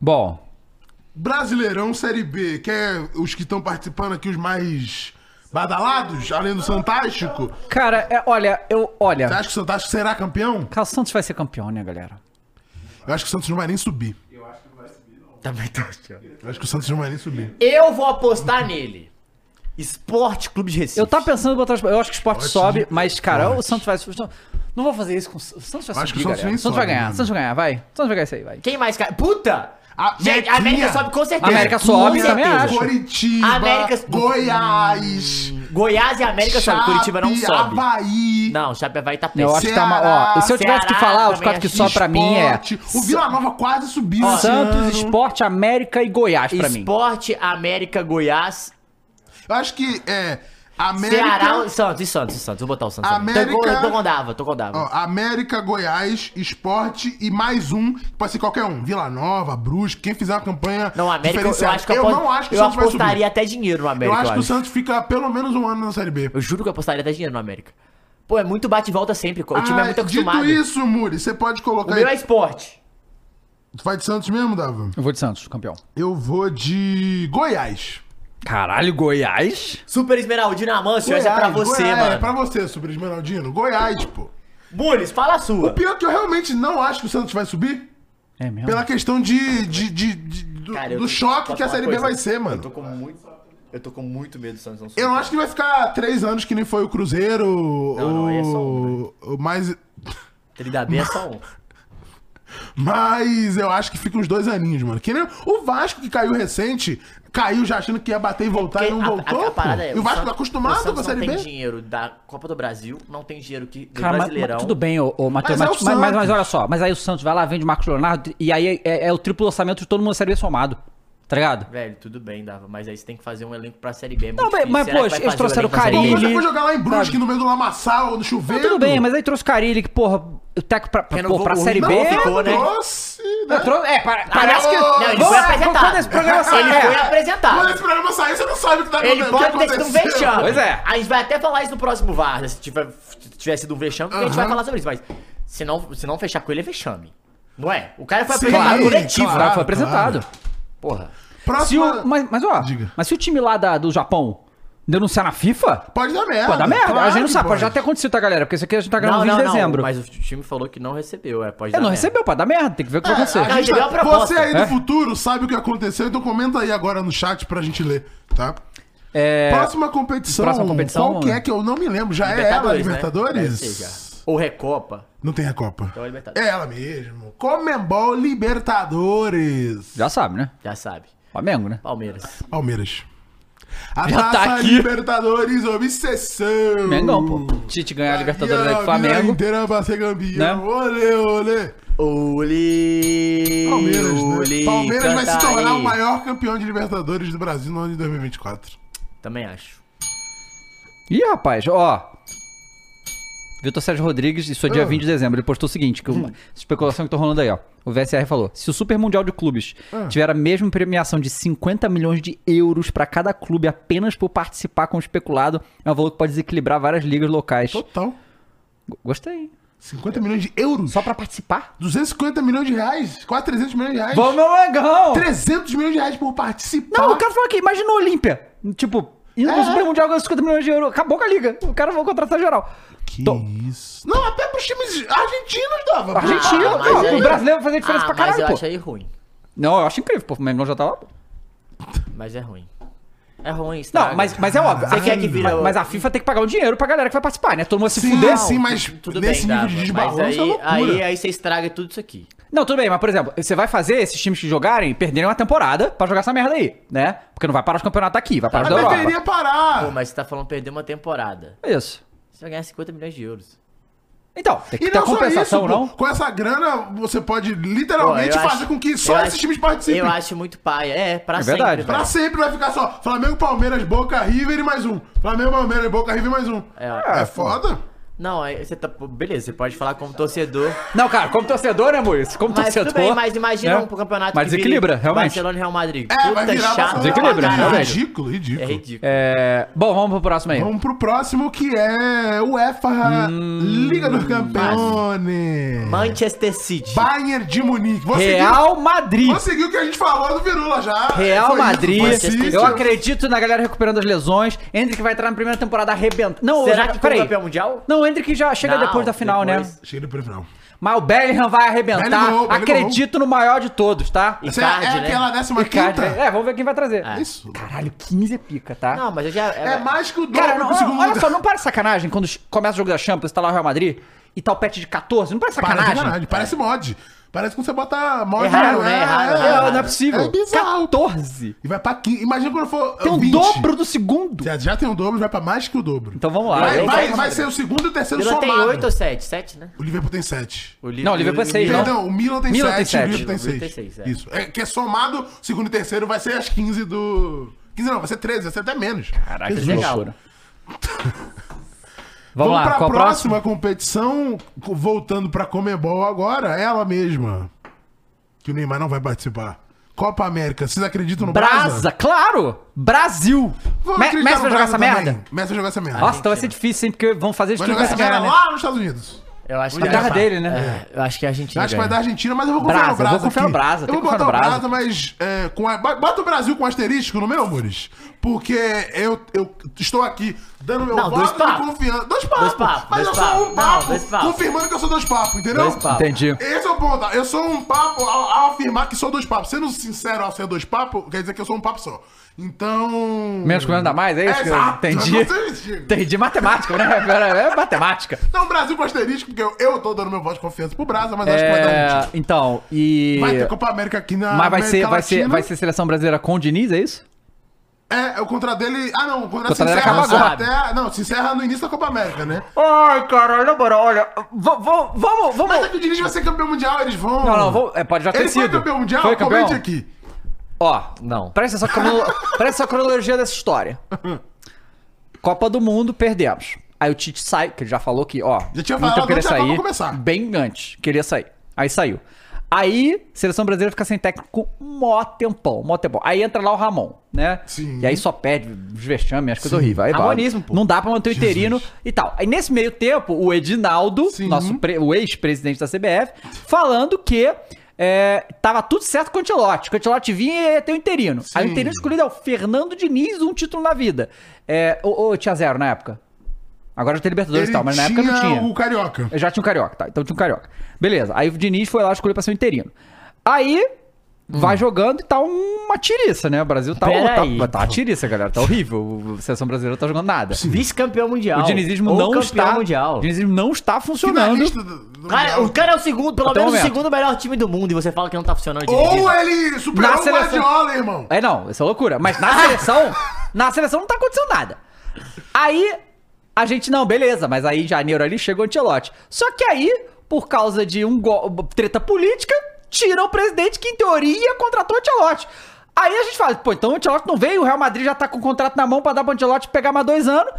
Bom,
Brasileirão Série B, quer os que estão participando aqui, os mais badalados, além do Santástico?
cara, é, olha, eu.
Você
Olha.
acha que o Santástico será campeão?
Carlos Santos vai ser campeão, né, galera?
Eu acho que o Santos não vai nem subir.
Tá
Também tô achando.
Eu acho que o Santos não vai nem subir.
Eu vou apostar nele. Esporte Clube de Recife.
Eu tava pensando em botar. os- Eu acho que o esporte
Forte,
sobe,
né?
mas, cara,
Forte.
o Santos vai. Não vou fazer isso com o Santos. Vai
Acho que
subir,
o Santos
galera.
nem
o Santos vai
sobe,
ganhar.
mano.
O Santos vai ganhar, vai. O Santos vai ganhar isso aí, vai.
Quem mais cai? Puta!
A-
Gente,
Mequinha.
a América sobe com certeza.
América
Com
sobe, também
certeza.
acho.
Curitiba,
América-
Goiás,
Goiás e América sobe.
Chape,
Curitiba não sobe.
Havaí,
Não, Chapecoense tá péssimo.
Eu acho que tá uma. Ó, e se eu tivesse que
Ceará
falar, os
também
quatro que
acho
sobem pra mim é.
Esporte. O Vila Nova quase subiu. esse ano.
Santos, Esporte, América e Goiás é pra mim.
Esporte, América, Goiás,
Eu acho que é América,
Ceará e Santos. E Santos, e Santos. Vou botar o Santos. também. Tô,
América-
com- tô com Dava, tô com Dava.
ó, América, Goiás, Esporte e mais um, que pode ser qualquer um. Vila Nova, Brusque, quem fizer uma campanha
não, América, eu
diferenciada.
acho que eu,
eu
aposto-
não acho que o
eu
Santos vai subir.
apostaria até dinheiro no
Eu
América.
acho que o Santos fica pelo menos um ano na Série B.
Eu juro que eu apostaria até dinheiro no América. Pô, é muito bate e volta sempre. O time é
Ah,
muito acostumado.
Dito isso, Muri, você pode
o
colocar
meu é
aí.
esporte.
Tu vai de Santos mesmo, Dava?
Eu vou de Santos, campeão.
Eu vou de Goiás.
Caralho, Goiás?
Super Esmeraldina Amâncio, essa é pra você,
Goiás, É
mano.
pra você, Super Esmeraldino. Goiás, pô.
Mules, fala a sua.
Pior que eu realmente não acho que o Santos vai subir
É mesmo?
pela questão de, de, de- de- do,
Cara, eu
do
tô-
choque
posso
que a
falar
Série
uma
B
coisa?
vai ser,
Eu tô
mano.
com muito, eu tô com muito medo do Santos não subir.
Eu não acho que vai ficar três anos que nem foi o Cruzeiro.
Não, não, aí é só
ou- ou mais,
Trilha B é só um.
Mas eu acho que fica uns dois aninhos, mano. Que nem o Vasco que caiu recente, caiu já achando que ia bater e voltar e não voltou. pô. e o Vasco tá
Santos- é, o
acostumado
Santos
com a Série
Não
B.
tem dinheiro da Copa do Brasil, não tem dinheiro que, do
Cara, mas- mas,
Brasileirão.
tudo bem, ô, ô Matheus,
Mas
mas,
é
mas-
o
mas- mas
Santos.
olha só, mas aí o Santos vai lá, vende o Marcos Leonardo e aí é, é o triplo orçamento de todo mundo na série B somado. Tá ligado?
Velho, tudo bem, Dava, mas aí você tem que fazer um elenco pra Série B. é
Não,
muito
mas-
difícil.
mas,
Será que
poxa,
vai
eles
fazer
trouxeram
o elenco pra Série
o
B?
Pô,
Carilli.
você
ele-
foi jogar lá em Brusque, no meio do lamaçal, no
Não,
chuveiro.
tudo bem, mas aí trouxe o Carilli, que, porra, o Teco pra, pra,
Renovou
pô, pra
com o
série
Não,
B.
ficou, né?
Trouxe, né?
Eu trouxe- é, pa-
Ah,
parece que.
não, ele
Vamos-
foi
Quando
apresentado.
esse programa sair,
Ele
é.
foi
Quando
apresentado.
esse programa sair, você não sabe o que tá
Ele
o que
pode ter sido um
aconteceu.
vexame.
Pois é.
A gente vai até falar isso no próximo VAR, se tiver, se tiver sido um vexame, porque a gente vai falar sobre isso. Mas se não, se não fechar com ele, é vexame. Não é? O cara foi
Sim,
apresentado coletivo.
claro.
Foi apresentado.
Porra.
Se
Próxima...
o, mas, mas ó,
Diga.
mas se o time lá da- do Japão denunciar na FIFA,
Pode dar merda.
pode dar merda.
claro
a gente não
que
sabe, Ah, pode já ter acontecido, tá, galera? Porque isso aqui a gente tá gravando
Não,
em
não, não.
dezembro.
Mas o time falou que não recebeu. É, pode
É,
dar
não
merda.
recebeu, pode dar merda, tem que ver o que vai
É,
acontecer.
a gente
Não,
tá-
ele deu a
Você
proposta,
aí do
é.
futuro sabe o que aconteceu, então comenta aí agora no chat pra gente ler, tá?
É,
Próxima competição.
Próxima competição?
Qual que é que eu não me lembro? Já é ela,
né? Deve
Libertadores?
ser já. Ou Recopa.
Não tem a Copa.
Então é Libertadores.
É ela mesmo. Comembol Libertadores.
já sabe, né?
Já sabe.
Flamengo, né?
Palmeiras.
Palmeiras. A
Já tá
Taça
aqui.
Libertadores Obsessão.
Mengão, pô. Tite ganhar a Libertadores aí
Campeão,
com o
a vida
Flamengo.
inteira pra ser campeão.
Né?
Olê, olê.
Oli.
Palmeiras, né?
Oli,
Palmeiras vai se
canta
tornar
aí.
o maior campeão de Libertadores do Brasil no ano de 2024.
Também acho.
Ih, rapaz, ó. Vitor Sérgio Rodrigues, isso é dia
Ah.
20 de dezembro. Ele postou o seguinte: que uma especulação que tá rolando aí, ó. O VSR falou: se o Super Mundial de Clubes tiver a mesma premiação de 50 milhões de euros pra cada clube apenas por participar com o especulado, é um valor que pode desequilibrar várias ligas locais.
Total.
G- Gostei. hein?
50 milhões de euros.
Só pra participar?
250 milhões de reais. Quase 300 milhões de reais.
meu Mengão!
300 milhões de reais por participar.
Não, o cara falou aqui: imagina o Olímpia. Tipo, indo
É.
no Super Mundial ganhando 50 milhões de euros. Acabou com a liga. O cara vai contratar geral.
Que
Tô-
isso. Não, até pros times argentinos dava.
Argentino,
Ah,
não,
mas aí-
o brasileiro vai fazer diferença
ah,
pra caralho,
mas eu
pô.
acho aí ruim.
Não, eu acho incrível, pô. O Mengão já tava.
Mas é ruim. É ruim, estraga.
Não, mas, mas é óbvio.
Você quer que vira
Mas,
o-
mas a FIFA tem que pagar o dinheiro pra galera que vai participar, né? Todo mundo vai se
Sim,
fuder.
sim, mas
Tudo
nesse nível
bem, Dava,
de
mas
desbalanço é
aí,
loucura.
aí, aí você estraga tudo isso aqui.
Não, tudo bem, mas por exemplo, você vai fazer esses times que jogarem perderem uma temporada pra jogar essa merda aí, né? Porque não vai parar os campeonatos aqui, vai parar os
Ah, Mas
da Europa.
deveria parar.
Pô, mas você tá falando perder uma temporada.
Isso.
Você vai ganhar 50 milhões de euros.
Então, tem que
E
ter a
não só isso,
compensação,
pô.
não?
Com essa grana, você pode
Pô,
literalmente
eu
fazer
acho-
com que só
eu
esses
acho-
times participem.
Eu acho muito paia. É, pra
É
sempre.
verdade.
velho.
Pra sempre vai ficar só Flamengo, Palmeiras, Boca, River e mais um. Flamengo, Palmeiras, Boca, River e mais um. É,
É.
foda.
Não, aí você tá. pô, Beleza, você pode falar como torcedor.
Não, cara, como torcedor, né, Muriz? Como
Mas
torcedor.
tudo bem, mas imagina
né?
um campeonato
Mas
que vire
desequilibra, realmente.
Barcelona e Real Madrid.
É, vai
Puta
virar
chato.
Barcelona.
Desequilibra,
pra caralho.
realmente.
ridículo, ridículo.
É ridículo.
É... Bom, vamos pro próximo aí.
Vamos pro próximo que é UEFA
Hum,
Liga dos Campeones.
Manchester City.
Bayern de Munique. Vou seguir-
Real Madrid.
vou seguir o que a gente falou do Virula já.
Real
Foi isso,
Madrid.
foi isso.
eu acredito na galera recuperando as lesões. Hendrick vai entrar na primeira temporada arrebentando. Não,
Será
eu já-
que foi
peraí.
campeão mundial?
Não, o Hendrick já chega
Não,
depois da final, né?
depois.
Chega pro final.
Mas o Bellingham vai arrebentar.
Bellingham, Bellingham.
Acredito no maior de todos, tá?
E
Essa é, é
Icardi, né?
aquela décima quinta?
É, vamos ver quem vai trazer.
É Isso.
Caralho, 15 é pica, tá?
Não, mas eu já.
É mais que o dobro
Cara,
do
não,
que o segundo
olha
lugar.
só, não para de sacanagem quando começa o jogo da Champions, tá lá o Real Madrid e tá o pet de 14. Não para de
Parece
sacanagem.
sacanagem, Parece mod. Parece quando você bota mod
Erraram,
no-
né?
é,
Erraram,
é,
erraram.
Não, não é possível.
É bizarro.
14.
E vai pra 15. Imagina quando for.
Tem o
20.
dobro do segundo.
Já, já tem o dobro, vai pra mais que o dobro.
Então vamos lá.
vai,
eu-
vai,
eu-
vai ser o segundo e o terceiro
Milan tem
somado.
8 ou 7? 7, né?
O Liverpool tem 7.
Li-
Não, o Liverpool é seis,
Milan-
Perdão, o Milan tem
Milan
7
tem
e o
sete.
Liverpool
O Milan
tem
tem
6.
seis, é.
Isso. É, que é somado, segundo e terceiro vai ser as 15 do. 15 não, vai ser 13, vai ser até menos.
Caraca,
Jesus.
que legal.
loucura.
Vamos, lá,
pra
qual a próxima?
próxima competição, voltando pra Comebol agora, ela mesma. Que o Neymar não vai participar. Copa América, vocês acreditam no
Brasa, claro! Brasil!
Vou
Me-
acreditar
Messi
no
vai jogar
Brasa
essa
também.
merda?
Messi vai jogar essa merda.
Nossa, então vai ser difícil, hein? Porque vão fazer de
vai
tudo
jogar
pra
essa
se ganhar,
merda
né?
lá nos Estados Unidos.
Eu acho
Olha
que.
a
terra dele, né?
É, eu acho que a Argentina.
Eu acho que vai dar
ganha.
Argentina, mas eu vou
Brasa,
confiar no
eu
Brasa.
vou confiar no
aqui.
Brasa,
Eu
tem
vou
que confiar
botar o
no Brasa.
Brasa, mas. é, com a- bo- Bota o Brasil com um asterisco no meu, Mures. Porque eu, eu estou aqui dando meu
Não, dois
e
papos.
confiando. Dois papos.
Dois papos,
Mas
dois
eu sou um
papos.
papo.
Não, dois papos.
Confirmando que eu sou dois papos, entendeu?
Dois papos.
né? Entendi.
Esse é o ponto. Eu sou um papo ao, ao afirmar que sou dois papos. Sendo sincero ao ser dois papos, quer dizer que eu sou um papo só. Então.
Menos com menos dá mais, é isso? que eu
Exato.
entendi.
Eu não sei, Diego.
Entendi matemática, né? É matemática.
Então, Brasil com asterisco, porque eu, eu tô dando meu voto de confiança pro Brasa, mas acho que vai dar um
É,
título.
então, e.
Vai ter Copa América aqui na
Mas vai
América
ser, vai, ser,
Latina.
vai ser seleção brasileira com o Diniz, é isso?
É, o contrato dele... Ah, não, o contrato
O
se
contrato dele
encerra
acaba
até... Não, se encerra no início da Copa América, né?
Ai, caralho, na moral, olha. Vamos, vamos,
Mas é que o Diniz vai ser campeão mundial, eles vão...
Não, não, vou- é, pode já ter
Ele foi
sido.
campeão mundial? é
Foi campeão?
Comente aqui.
Ó,
Não.
presta essa, crono... presta essa cronologia dessa história. Copa do Mundo, perdemos. Aí o Tite sai, que ele já falou que, ó,
Já tinha
Inter
falado
queria
antes da Copa
sair,
começar.
bem antes, queria sair. Aí saiu. Aí, seleção brasileira fica sem técnico um mó tempão, mó tempão. Aí entra lá o Ramon, né?
Sim.
E aí só perde os vexames, as coisas horríveis. Aí vai.
Ramonismo, pô.
Não dá pra manter o interino e tal. Aí nesse meio tempo, o Edinaldo,
Sim.
nosso pre- o ex-presidente da CBF, falando que é, tava tudo certo com o Antelote. Que o Antelote vinha e ia ter o interino. Aí o interino escolhido é o Fernando Diniz, um título na vida. É, ou, tinha zero na época? Agora já tem Libertadores e tal, mas na época não tinha.
o Carioca.
Eu já tinha um carioca, tá? Então tinha um carioca. Beleza. Aí o Diniz foi lá escolher pra ser um interino. Aí
Hum.
vai jogando e tá uma tiriça, né? O Brasil tá,
Pera
tá,
aí,
tá uma tiriça, galera. Tá horrível. A seleção brasileira não tá jogando nada.
Vice-campeão mundial.
O dinizismo
Ou
não
campeão
está.
mundial.
O dinizismo não está funcionando.
Finalista do, do
Cara,
mundial.
o cara é o segundo, pelo
Até o
menos o
momento.
segundo melhor time do mundo e você fala que não tá funcionando o
Ou é-
dinizismo.
ele superou
Na
o
seleção-
Guardiola, irmão.
É, não, isso é loucura. Mas na seleção, na seleção não tá acontecendo nada. Aí, a gente, não, beleza, mas aí em janeiro ali chegou o Antelote. Só que aí, por causa de um go- treta política, tiram o presidente que, em teoria, contratou o Antelote. Aí a gente fala, pô, então o Antelote não veio, o Real Madrid já tá com o contrato na mão pra dar pro Antelote pegar mais dois anos.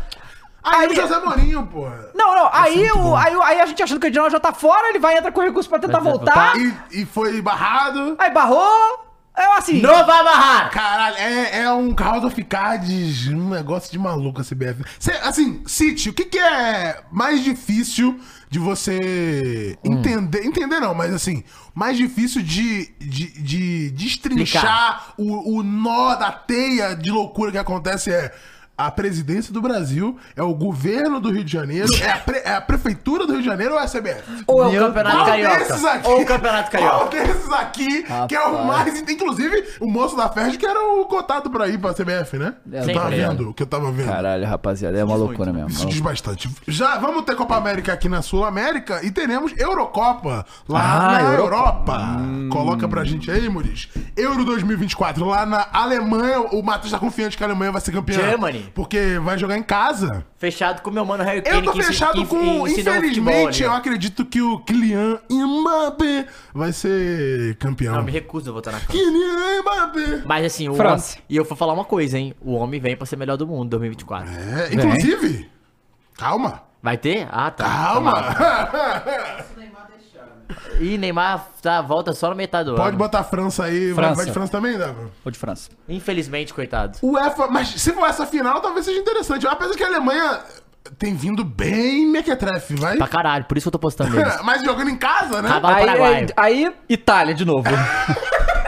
Aí o
aí-
José Mourinho, porra.
Não, não, aí, o, aí, o- aí a gente achando que o Antelote já tá fora, ele vai entrar com recurso pra tentar
Vai
voltar.
voltar.
E, e foi barrado.
Aí barrou, é assim...
Não vai barrar!
Caralho, é, é um House of Cards, um negócio de maluco a CBF. Cê, assim, City, o que, que é mais difícil de você entender? Entender não, mas assim, mais difícil de, de, de destrinchar o, o nó da teia de loucura que acontece é. a presidência do Brasil, é o governo do Rio de Janeiro, é a, pre- é a prefeitura do Rio de Janeiro ou é a CBF?
Ou é o
Meu
Campeonato
Qual desses
Carioca.
aqui?
Ou o Campeonato
Qual
Carioca.
desses aqui, que é o
Rapaz.
mais. Inclusive, o moço da festa que era o cotado pra ir pra CBF, né?
É,
que eu tava
sempre é.
vendo, que eu tava vendo.
Caralho, rapaziada, é uma loucura mesmo.
Isso diz bastante. Já vamos ter Copa América aqui na Sul América e teremos Eurocopa lá
Ah,
na
Europa.
Europa.
Hum.
Coloca pra gente aí, Muris. Euro 2024 lá na Alemanha. O Matheus tá confiante que a Alemanha vai ser campeã.
Germany.
Porque vai jogar em casa.
Fechado com meu mano Harry Kane.
Eu tô
que ensi-
fechado
que
com.
ensinou
Infelizmente,
futebol né?
eu
ali.
acredito que o Kylian Mbappé vai ser
Não,
campeão.
me recuso a votar na França.
Kylian Mbappé!
Mas assim, o
França.
homem- E eu vou falar uma coisa, hein? O homem vem pra ser melhor do mundo em 2024.
É, inclusive, calma,
Vai ter? Ah, tá.
calma.
E Neymar tá, volta só na metade do
Pode
ano.
botar a França aí. Vai-
França.
Vai de França também, Débora?
Ou de França.
Infelizmente, coitado.
UEFA, mas se for essa final, talvez seja interessante. Apesar que a Alemanha tem vindo bem mequetrefe, vai.
Pra caralho, por isso que eu tô postando eles.
mas jogando em casa, né?
Tá bom. Vai,
Aí,
Paraguai.
aí, Itália de novo.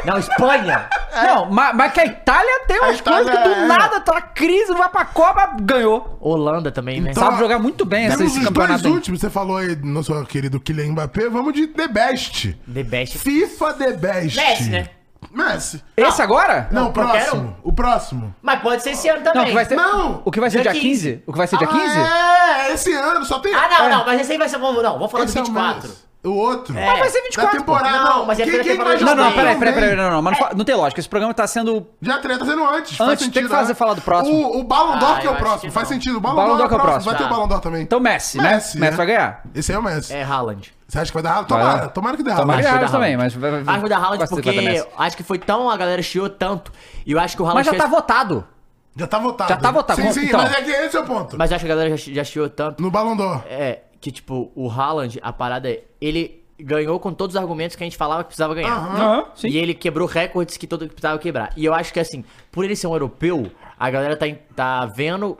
Não, Espanha!
Não, mas, mas que a Itália tem umas
É. Itália
coisas que do
é.
nada tá na crise, não vai pra Copa, ganhou.
Holanda também, né?
Então-
Sabe jogar muito bem É, esse,
Temos
esse
os dois
campeonato. aí.
últimos, você falou aí, nosso querido Kylian Mbappé, vamos de The Best.
The Best.
FIFA The Best.
Messi, né? um.
Messi.
Esse agora?
Não, o
qualquer
próximo. O próximo.
Mas pode ser esse ano também.
Não, que vai ser.
Não!
O que vai ser
Dia
dia 15?
15?
O que vai ser dia 15?
Ah, é, esse ano, só tem.
Ah, não,
é.
não, mas esse aí vai ser. Não, vamos falar
Esse é
do
o
24.
Messi. O outro.
É. Mas vai
ser 24,
Da temporada.
pô. Não, mas é
Quem-
pela
quem
temporada
vai
de
Não, não,
jogar?
peraí, peraí, peraí, não, não, mas não, fa- não tem lógica. Esse programa tá sendo.
Já treta tá sendo antes. faz
Antes, tem que
sentido, né?
fazer falar do próximo.
O, o Ballon d'Or
Ah,
que é
eu
o
acho
próximo.
que
Faz
não.
sentido. O Ballon,
Ballon
d'Or é o próximo. Vai
Tá.
ter o Ballon d'Or também.
Então, Messi, né?
Messi,
Messi
né?
vai ganhar.
Esse aí é o Messi.
É Haaland.
Você acha que vai dar errado? Tomara.
Vai.
Tomara que dê errado.
Tomara que
Acho que
Haaland
vai dar
também, mas. vai-
Haaland.
vai-
Acho que vai dar Haaland
gosto de vai dar
porque
Messi.
acho que foi tão. A galera chiou tanto. E eu acho que o Haaland.
Mas já
fez-
tá votado.
Já tá votado.
Já tá votado.
Sim, sim,
Então.
mas é que esse é o ponto.
Mas eu acho que a galera já, já chiou tanto.
No Ballon d'Or.
É, que tipo, o Haaland, a parada é. Ele ganhou com todos os argumentos que a gente falava que precisava ganhar.
Ah,
Aham, sim.
E ele quebrou recordes que todo que precisava quebrar. E eu acho que assim, por ele ser um europeu, a galera tá, em- tá vendo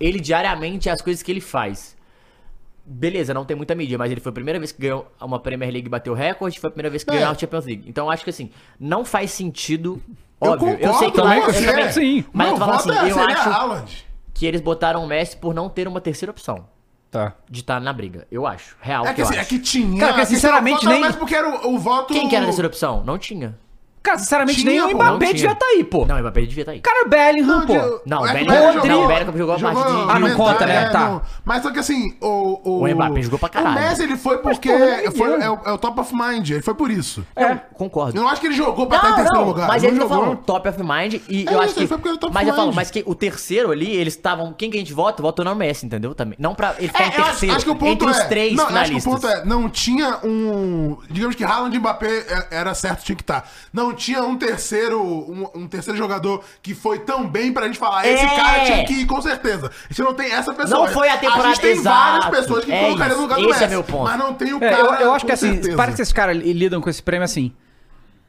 ele diariamente e as coisas que ele faz. Beleza, não tem muita mídia, mas ele foi a primeira vez que ganhou uma Premier League e bateu recorde, foi a primeira vez que
É.
ganhou a Champions League. Então eu acho que assim, não faz sentido.
Eu
Óbvio, eu,
concordo né?
sei que
com
lá-
você.
eu também-
Sim.
Mas eu tô falando assim, eu
seria
acho
Haaland.
que eles botaram o Messi por não ter uma terceira opção
Tá.
de estar na briga. Eu acho. Real.
É
que
que,
eu
assim, é
acho.
que tinha.
Cara, porque,
é que
sinceramente,
tinha o voto,
nem-
Mas porque era o, o voto...
Quem que era a terceira opção? Não tinha.
Cara, sinceramente,
Tinha,
nem o
pô.
Não
Mbappé
tinha.
devia tá aí, pô.
Não, o Mbappé devia estar aí.
Cara, Bellingham,
Não,
pô.
de- é
Não,
que o
Bellingham
jogou-
Bellingham
não, o
Bellingham jogou a parte de-
Ah, não
metade,
conta, né?
é,
Tá.
não. Mas só que assim, o... O,
O Mbappé jogou pra caralho.
O Messi, ele foi porque...
porra, ele
foi,
ganhou.
é, o, é o top of mind, ele foi por isso.
É.
Não, concordo.
Eu não acho que ele jogou pra estar em terceiro lugar.
mas
não
ele tá
jogou.
falando top of mind e
É
eu
isso,
acho
ele
que...
foi porque ele é top
mas
of
eu falo,
mind.
mas que o terceiro ali, eles estavam... Quem que a gente vota? Votou no Messi, entendeu? Também. Não pra ele ficar
É,
em
eu acho,
terceiro.
acho que o ponto
entre
é,
os três
não, eu acho que o
finalistas.
ponto é, não tinha um, digamos que Haaland e Mbappé é- era certo, tinha que estar. Não tinha um terceiro, um, um terceiro jogador que foi tão bem pra gente falar, esse
É.
cara tinha que ir, com certeza. A gente não tem essa pessoa.
Não foi a temporada-
A gente tem
Exato.
várias pessoas que
É
colocariam
isso.
no lugar do
Esse é
Messi,
meu ponto.
mas não tem o
É,
cara
eu, eu acho
com
que assim,
certeza.
parece que esses caras li- lidam com esse prêmio assim.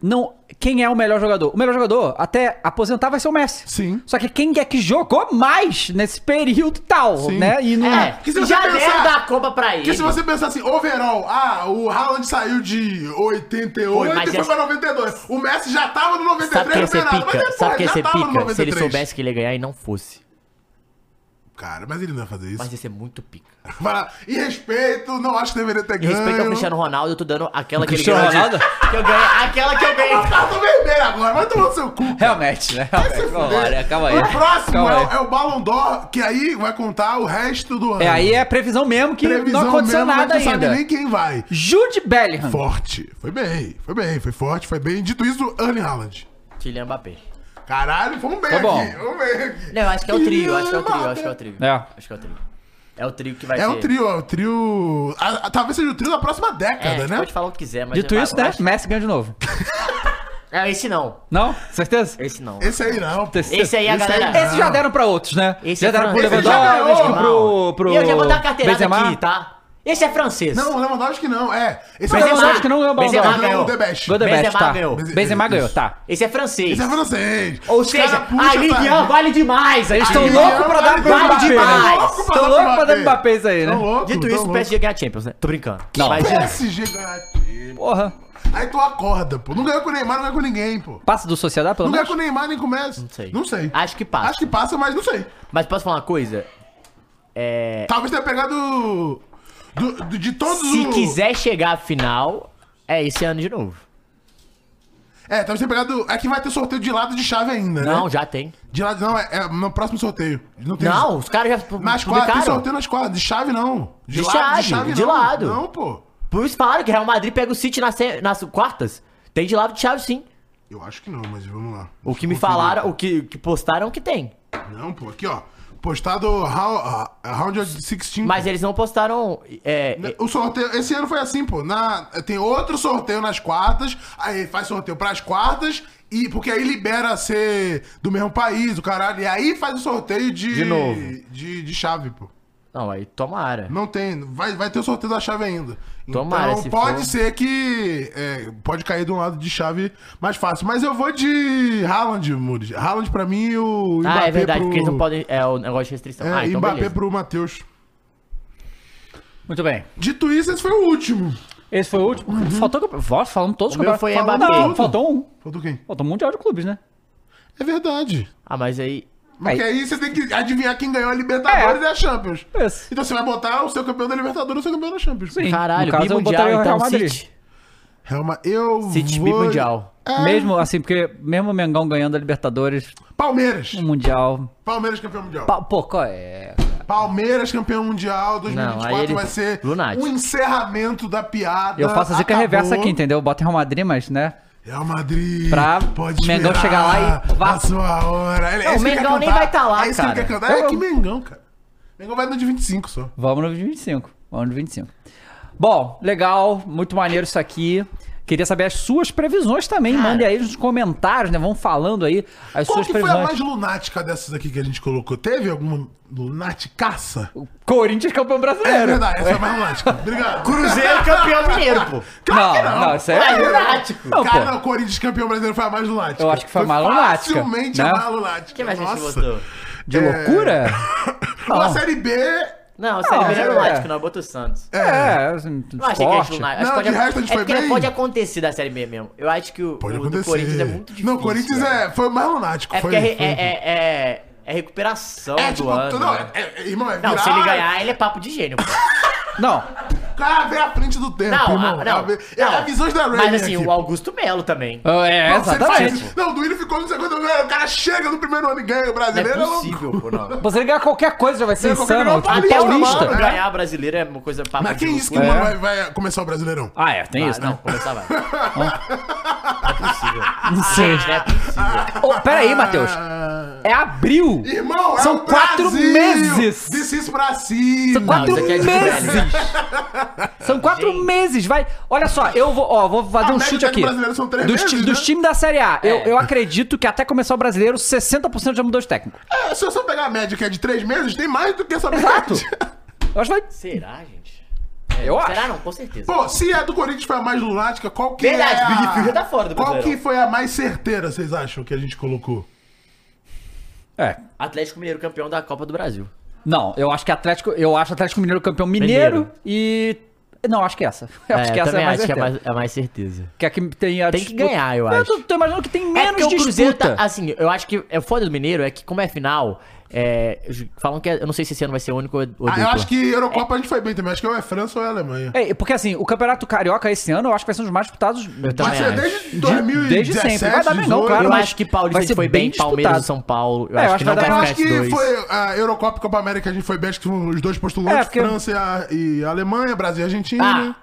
Não, quem é o melhor jogador? O melhor jogador até aposentar vai ser o Messi.
Sim.
Só que quem é que jogou mais nesse período tal,
Sim.
né? E não.
É,
Que se você
já
pensar-
deram da Copa pra ele.
Porque se você pensar assim, overall, ah, o Haaland saiu de 88
Foi, mas
e foi
essa-
pra 92. O Messi já tava no 93
Sabe quem ia
no
ser
penalti, mas
pica?
depois,
Sabe quem ia
já
ser
tava no
pica? Se ele
93.
soubesse que ele ia ganhar e não fosse.
Cara, mas ele não ia fazer isso.
Mas ia ser muito pica.
Fala, e respeito, não acho que deveria ter
Em
ganho.
respeito ao Cristiano Ronaldo, eu tô dando aquela que ele
Cristiano
ganhou. de-
Ronaldo?
Que eu ganhei.
Ah,
Aquela que eu ganhei.
Eu cartão vermelho agora, vai tomar no seu cu.
Realmente, né?
Vai se
Realmente.
fuder.
Olha, calma aí.
O próximo
Calma
é,
aí.
o- é o Ballon d'Or, que aí vai contar o resto do ano.
É, aí é a previsão mesmo que não aconteceu
mesmo,
nada
mas tu
ainda.
sabe nem quem vai.
Jude Bellingham.
Forte. Foi bem, foi bem, foi forte, foi bem. Dito isso, Erling Haaland.
Kylian Mbappé.
Caralho, vamos bem
Tá bom.
aqui, vamos bem aqui.
Não, eu acho que é o trio, eu acho que é o trio, eu acho que é o trio.
É.
Acho que é o trio. É o trio que vai
É
ser.
um trio, é um trio... ah, ah, talvez seja o trio da próxima década,
É,
né?
pode falar o que quiser, mas...
Dito
eu-
isso,
eu
né?
acho-
Messi ganha de novo.
É, esse não.
Não? Certeza?
Esse não.
Esse aí não. pô.
Esse aí é a
Esse aí
galera.
Esse já deram pra outros, né?
Esse
já
é
deram pro
francês.
Esse já
Lewandowski, pro,
ganhou.
pro.
E eu já vou dar uma carteirada
Benzema.
aqui, tá? Esse é francês.
Não, o Lewandowski não, é. Esse
Mas
é o
eu acho
Lewandowski.
que não ganhou o Ballon
Benzema
d'Or.
Não,
ganhou.
The Best.
Gol the best,
Benzema
tá.
ganhou.
Benzema ganhou, tá.
Esse é francês.
Esse é francês.
Ou
Os
seja,
cara puxa
a Ligue 1
pra-
vale demais.
Eles
aqui.
estão
Aí,
loucos pra dar
vale
pro
demais.
Mbappé,
Vale
né?
demais.
Estão loucos pra dar pro Mbappé isso aí,
Tão
né?
tá louco,
Dito
tão
isso, o
louco.
PSG ganha a Champions, né? Tô brincando.
Não.
Mas,
PSG ganhar.
Porra.
Aí tu acorda, pô. Não ganhou com o Neymar, não ganhou com ninguém, pô.
Passa do Sociedade, pelo
Não ganhou
menos?
com o Neymar nem com o Messi. Não
sei.
Não sei.
Acho que passa.
Acho que passa, mas não sei.
Mas posso falar uma coisa?
Talvez tenha pegado. do- do- de todos
É. Se
os.
quiser chegar à final, é esse ano de novo.
É, talvez tenha pegado. É que vai ter sorteio de lado de chave ainda,
É?
né?
Não, já tem.
De lado, não, é, é no próximo sorteio. Não tem.
Não, os caras já pu-
Nas quadras, tem
publicaram.
sorteio nas quadras. De chave não.
De chave, de
não.
lado.
Não, pô.
Por isso falaram que Real Madrid pega o City nas, se- nas quartas. Tem de lado de chave, sim.
Eu acho que não, mas vamos lá.
O que me
Conferindo.
falaram, o que, o que postaram que tem.
Não, pô, aqui, ó. Postado rou- ah, Round of 16.
Mas eles não postaram. É, é,
O sorteio, esse ano foi assim, pô. Na, tem outro sorteio nas quartas, aí faz sorteio pras quartas, e porque aí libera ser do mesmo país, o caralho, e aí faz o sorteio de.
De novo.
De, de chave, pô.
Não, aí tomara.
Não tem, vai, vai ter o sorteio da chave ainda.
Tomara,
então
se
pode
for.
ser que. é, pode cair de um lado de chave mais fácil. Mas eu vou de Haaland, Muri. Haaland pra mim e o
Ah, é verdade,
pro...
porque eles não podem. É o negócio de restrição.
É,
ah, então
Mbappé
beleza.
pro Matheus.
Muito bem.
Dito isso, esse foi o último.
Esse foi o último. Uhum. Faltou. Vó, falamos todos
O meu foi
Falou-
Mbappé.
Não, faltou um.
Faltou quem?
Faltou um Mundial de Clubes, né?
É verdade.
Ah, mas aí.
Porque aí. você tem que adivinhar quem ganhou a Libertadores
É.
e a Champions.
Esse.
Então você vai botar o seu campeão da Libertadores e o seu campeão da Champions.
Sim.
Caralho,
no caso, eu
bimundial,
botaria o Real
então,
Madrid.
City.
Helma, eu.
City
vou...
bimundial.
É,
Mesmo assim, porque mesmo o Mengão ganhando a Libertadores,
Palmeiras.
o Mundial.
Palmeiras campeão mundial.
Pa- Pô, qual é?
Palmeiras campeão mundial
Não, aí
2024
ele-
vai ser
Lunático.
o encerramento da piada.
Eu faço a zica
Acabou.
reversa aqui, entendeu? Bota Real Madrid, mas, né?
Real Madrid.
Pra Mengão
esperar
chegar lá e vá.
A sua hora. Ele-
Não,
esse
o
que
Mengão
quer
nem
cantar.
vai tá lá,
É esse que ele
cara.
quer cantar. É
Eu-
que Mengão, cara. Mengão vai no de 25 só.
Vamos no 25. Vamos no 25. Bom, legal, muito maneiro isso aqui. Queria saber as suas previsões também. Mandem aí nos comentários, né? Vão falando aí as
Qual
suas
que foi a
previsões.
mais lunática dessas aqui que a gente colocou? Teve alguma lunaticaça?
Corinthians campeão
É
brasileiro.
verdade, essa é a mais lunática. Obrigado.
Cruzeiro campeão mineiro, pô.
não,
Claro que
não, isso é.
Ué, lunático.
Não,
Cara,
pô.
não, o Corinthians campeão brasileiro foi a mais lunática.
Eu acho que foi a mais lunática,
Facilmente
né?
a mais lunática.
Quem mais gente
Nossa.
botou?
De loucura? Não.
Na É, Série B,
Não, o Série B
é.
é lunático, não, bota o Santos.
Ah,
É,
Não achei que a gente
esporte.
lunático.
Não,
acho que
de
pode-
resto a gente
é
foi
porque não
bem.
pode acontecer da Série B mesmo. Eu acho que o,
Pode
o do
acontecer.
Corinthians é muito difícil.
Não, o Corinthians
velho.
é, foi o mais lunático.
É
foi,
porque é,
foi-
é, é, é- é recuperação
É,
do
tipo,
ano.
não,
né?
é, é, irmão, é
Não,
virar-
se ele ganhar, ele é papo de gênio, pô.
Não,
O cara vê à frente do tempo,
Não,
irmão.
a, não,
É, é a visões da Ray.
Mas assim, o Augusto Melo também.
é,
Não, você faz
exatamente.
isso. Não, o Duílio ficou no segundo lugar. O cara chega no primeiro ano e ganha o
Não
brasileiro.
é
louco.
possível, pô, não.
Você ligar qualquer coisa já vai ser
Não, qualquer
insano.
lugar,
Tipo,
Até o
paulista.
Mano
né?
ganhar brasileiro é uma coisa papo
Mas que
de
isso que
louco.
o
É.
mano vai, vai começar o brasileirão?
Ah, é, tem
Ah,
isso,
não,
né?
começar vai. Não é possível.
Não sei.
Não é possível.
Ô, pera aí, Matheus.
Ah,
É abril.
Irmão,
São
é o
quatro
Brasil.
meses.
Disse isso pra cima.
São quatro
isso aqui é de
meses. São quatro
Gente.
méses, vai. Olha só, eu vou, ó, vou fazer
Ah,
A
um
média
chute
do
aqui.
brasileiro são três
dos,
meses,
ti-
né?
dos times da Série A, eu,
É.
eu acredito que até começar o brasileiro, 60% já mudou de técnico.
É, se eu só pegar a média que é de três meses, tem mais do que essa média.
Exato. Eu acho que vai.
Será, gente?
Eu acho.
É, Será não, com certeza.
Pô, se a do Corinthians foi a mais lunática, qual que
Verdade,
é a...
Big Phil já tá fora do
Qual
Brasileirão.
que foi a mais certeira, vocês acham, que a gente colocou?
É.
Atlético Mineiro campeão da Copa do Brasil.
Não, eu acho que Atlético. Eu acho Atlético Mineiro campeão mineiro,
Mineiro.
e. Não, acho que essa. Eu acho que essa é mais, acho que,
é mais certeza.
que aqui tem a
Tem que ganhar, eu acho.
tô, tô imaginando que tem
É
menos
porque o Cruzeiro
disputa.
tá, assim, eu acho que é o foda do Mineiro é que como é final, é, falam que é- eu não sei se esse ano vai ser o único ou ou
Ah, eu
dupla.
acho que Eurocopa a gente foi bem também. Acho que ou é França ou é Alemanha.
É, porque assim, o Campeonato Carioca esse ano eu acho que vai ser um dos mais disputados.
também
Pode ser
acho.
é, desde
De-
2017,
desde sempre. Vai dar Mengão,
18.
claro,
eu
mas
acho que
vai
Paulista a
ser
gente foi bem,
bem
Palmeiras
disputado.
e São Paulo. Eu
É,
acho que não
dar-
vai
Eu
ficar
acho
esses
que
dois.
foi a Eurocopa e Copa América a gente foi bem, acho que foram os dois postulantes,
É, porque-
França e, a- e Alemanha, Brasil e Argentina.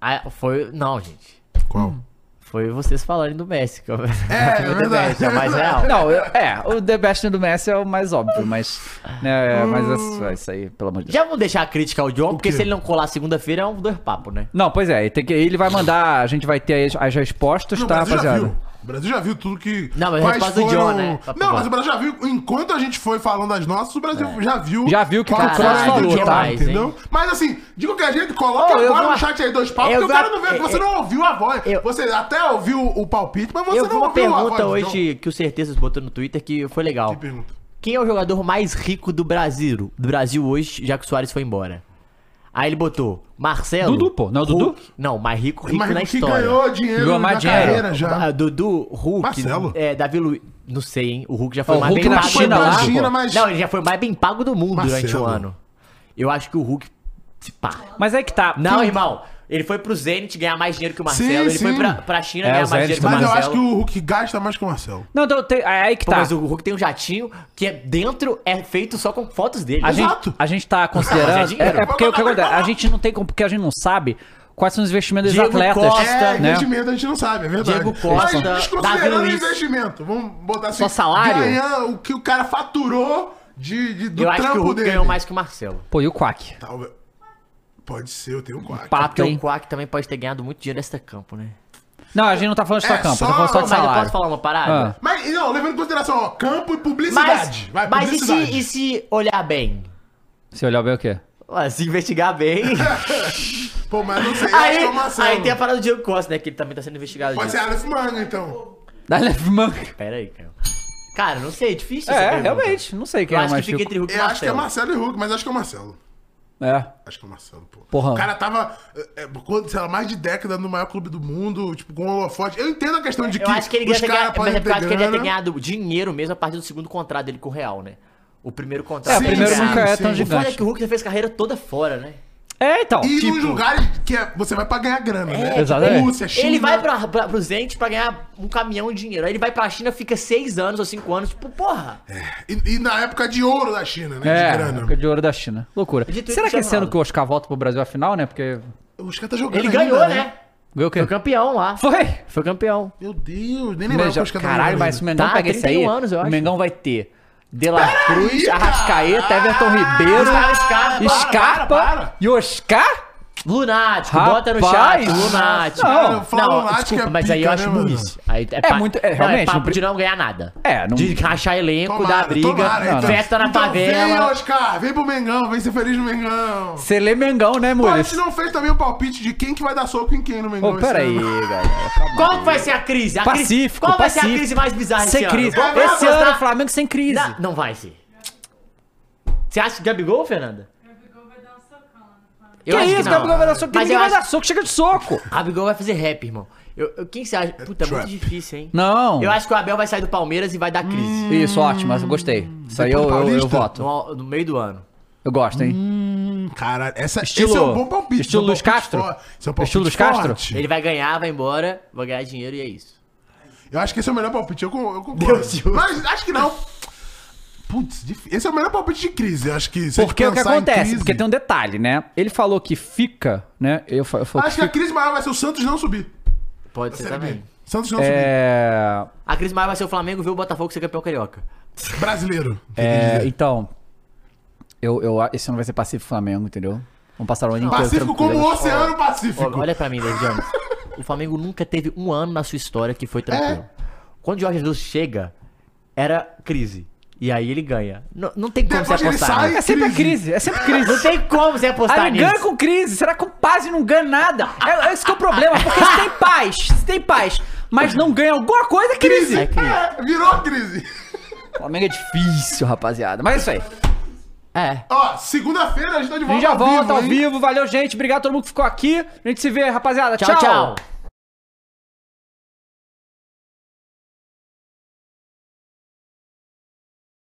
Ah, foi. Não, gente.
Qual?
Foi vocês falarem do Messi. que eu-
É, é verdade.
é mais real.
Não, eu- é, o The Best do Messi é o mais óbvio, mas. Né, é, mas isso,
Hum.
é isso aí, pelo amor de Deus.
Já vamos deixar a crítica ao John, porque
quê?
se ele não colar segunda-feira é um dois papo, né?
Não, pois é, tem que- ele vai mandar, a gente vai ter as, as respostas,
Não,
tá,
o Brasil já
rapaziada?
viu. O Brasil já viu tudo que.
Não, mas a
quais
resposta do John, né? Tá
Não,
bom.
mas o Brasil já viu. Enquanto a gente foi falando das nossas, o Brasil
É.
já viu.
Já viu o que
qual
o
foi
Franz
a do
falou,
John,
tá?
entendeu? Mas assim, de qualquer jeito, coloca
Não, eu
agora
vou-
no chat aí dois palpites,
eu
porque o cara
vou-
não vê. Você
eu-
não ouviu a voz.
eu-
Você até ouviu o palpite, mas você
eu vi
não
uma
ouviu a voz.
pergunta
do John.
hoje que o Certezas botou no Twitter que foi legal.
Que pergunta?
Quem é o jogador mais rico do Brasil? Do Brasil hoje, já que o Soares foi embora. Aí ele botou Marcelo.
Dudu, pô. Não é o Dudu?
Hulk- não, mais rico, rico
Mas
na
o que
história.
ganhou dinheiro
Ganhou mais
na
dinheiro.
carreira já.
Ah, Dudu, Hulk.
Marcelo?
É, Davi Luiz. Não sei, hein? O Hulk já foi
Ó, o
mais
Hulk
bem
na
pago
China né?
do
lá,
mundo.
China, mas-
Não, ele já foi mais bem pago do mundo durante
Marcelo.
o ano. Eu acho que o Hulk. Se pá.
Mas é que tá.
Não,
um
Tem-
irmão. Ele foi pro Zenit ganhar mais dinheiro que o Marcelo.
Sim,
ele foi
sim.
pra, pra China
É, o
ganhar mais
Zenit
dinheiro que o
Mas
Marcelo.
eu acho que o Hulk gasta mais que o Marcelo.
Não, então tem- é aí que
Pô,
tá.
Mas o Hulk tem um jatinho que é dentro é feito só com fotos dele.
A gente,
Exato.
a gente tá
Mas é
considerando. é,
dinheiro.
é porque o que acontece? A gente não tem como, porque a gente não sabe quais são os investimentos dos
Diego
atletas.
Costa,
É,
Tá,
né?
investimento a gente não sabe, é verdade.
Diego Costa,
Mas
Davi
desconsiderando o
Luiz.
investimento, vamos botar assim.
Só salário?
Ganhar o que o cara faturou de, de- do
eu
trampo
acho que o Hulk
dele.
ganhou mais que o Marcelo.
Pô, e o Quack?
Talvez- Pode ser, eu tenho um quarto.
Pato,
Porque o
hein?
Quack também pode ter ganhado muito dinheiro nesta campo, né?
Não, a gente não tá falando de sua
É
campo,
só-
tá falando só de
Mas
Mas eu
salário.
posso falar uma parada?
Ah.
Mas, não, levando em consideração, ó, campo e publicidade. Vai,
Mas, mas e,
publicidade.
se, e se olhar bem?
Se olhar bem o quê?
Ué, se investigar bem.
Pô, mas não sei, eu acho
aí,
que é o Marcelo.
aí tem a parada do Diego Costa, né? Que ele também tá sendo investigado.
Pode ser
disso.
Aleph Manga, então.
Da Lefman.
Pera aí, cara. Cara, não sei, é difícil. essa
É,
pergunta.
realmente, não sei
Eu
quem é
acho que
mais
fica
rico.
entre Hulk e
Eu acho que é
Marcelo.
Marcelo e Hulk, mas acho que é o Marcelo.
É.
Acho que é o Marcelo, pô.
Porra.
O cara tava, é, é, quando, sei lá, mais de década no maior clube do mundo, tipo, com o holofote. Eu entendo a questão de que
Eu acho que ele
os
deve ter
caras
ganhado, mas é
podem
porque eu acho que ele deve ter
grana.
ganhado dinheiro mesmo a partir do segundo contrato dele com o Real, né? O primeiro
É,
contrato.
o
Sim,
ele
primeiro
ganhava.
nunca é tão
O foda é
gigante.
que o Hulk já fez carreira toda fora, né?
É, então.
E
tipo,
nos lugares que é- você vai pra ganhar grana, né?
Exatamente.
Rússia, China.
Ele vai pra, pra, pro Zenit pra ganhar um caminhão de dinheiro. Aí ele vai pra China, fica seis anos ou cinco anos. Tipo, porra.
É. E, e na época de ouro da China, né?
É,
de grana.
época de ouro da China. Loucura.
Dito isso,
Será que esse
chamado.
ano que o Oscar volta pro Brasil afinal, né? Porque.
Os caras tá jogando
Ele
ainda,
ganhou, né?
Ganhou o quê?
Foi campeão lá.
Foi!
Foi campeão.
Meu Deus, nem lembrava que
Veja,
os caras
caralho, mas se o
mas...
Mengão
Tá,
pega esse aí,
31 anos, eu
o
acho.
Mengão vai ter De La Cruz, Arrascaeta, Everton Ribeiro,
Gustavo Scarpa.
Scarpa
Para, para, para.
e Oscar?
Lunático,
Rapaz.
bota no chat. Lunático.
Não,
Não,
falar lunático
desculpa,
é
mas aí
pica,
eu acho
né, mano?
burrice. Aí é,
muito- é, realmente,
Não, é
não
papo
pre-
de não ganhar nada.
É, não-
De rachar elenco, dar briga,
é,
festa na
Vem,
favela.
Oscar, vem pro Mengão, vem ser feliz no Mengão.
Você lê Mengão, né,
Pô, a gente
Mules?
não fez também o palpite de quem que vai dar soco em quem no Mengão.
Ô, peraí,
esse ano.
galera.
Qual que vai ser a crise? A crise-
Pacífico,
Qual vai ser a
pacífico.
crise mais bizarra
Sem crise.
Vamos
Esse
apostar-
ano é o Flamengo sem crise.
Não, não vai ser. Você acha que Gabigol, Fernanda?
Que
Gabigol vai dar um socão. Eu acho
isso,
que não.
Gabigol vai dar soco. que
Mas
Ninguém
eu
vai
acho-
dar soco, chega de soco.
Gabigol vai fazer rap, irmão. Eu, eu- quem você acha? Puta, é muito
trap.
difícil, hein?
Não. Hum.
Eu acho que o Abel vai sair do Palmeiras e vai dar crise.
Isso, ótimo, eu gostei. Isso aí eu,
Depois do
eu, eu
Paulista?
voto.
No, no meio do ano.
Eu gosto, hein?
Hum, Caralho, essa,
Estilo-
esse é um bom palpite.
estilo
é um
Luiz
palpite
Castro?
forte, esse é um palpite
Estilo Luiz
forte.
Castro?
Ele vai ganhar, vai embora, vai ganhar dinheiro e é isso.
Eu acho que esse é o melhor palpite, eu, con- eu concordo.
Deus te ouça.
Mas acho que não. Putz, difí- esse é o melhor palpite de crise. Eu acho que se a gente
Porque é o que
pensar em
acontece?
crise-
Porque tem um detalhe, né? Ele falou que fica, né? Eu, fa- eu falo
Acho que a crise maior vai ser o Santos não subir.
Pode ser
Série B.
também.
Santos não
É.
A crise maior vai ser o Flamengo ver o Botafogo ser campeão carioca.
subir. Brasileiro.
é, então. Eu, eu, esse ano vai ser Pacífico Flamengo, entendeu? Vamos passar o ano inteiro.
Pacífico como
tranquilo.
o Oceano Pacífico.
Ó, Olha pra mim, David Jones. O Flamengo nunca teve um ano na sua história que foi tranquilo.
É.
Quando o Jorge Jesus chega, era crise. E aí ele ganha. N- não tem como
Depois
você
que ele
apostar.
sai,
nisso.
É sempre a crise, é sempre a crise.
Não tem como você apostar
Aí ele
nisso.
ganha com crise. Será que o Paz não ganha nada? É, é esse que é o problema, porque se tem paz, se tem paz, mas não ganha alguma coisa, é crise.
É crise.
É, virou crise.
Flamengo é difícil, rapaziada. Mas é isso aí.
É.
Ó, segunda-feira a gente tá de
A
volta
gente já volta ao
hein?
vivo. Valeu, gente. Obrigado a todo mundo que ficou aqui. A gente se vê, rapaziada.
Tchau, tchau.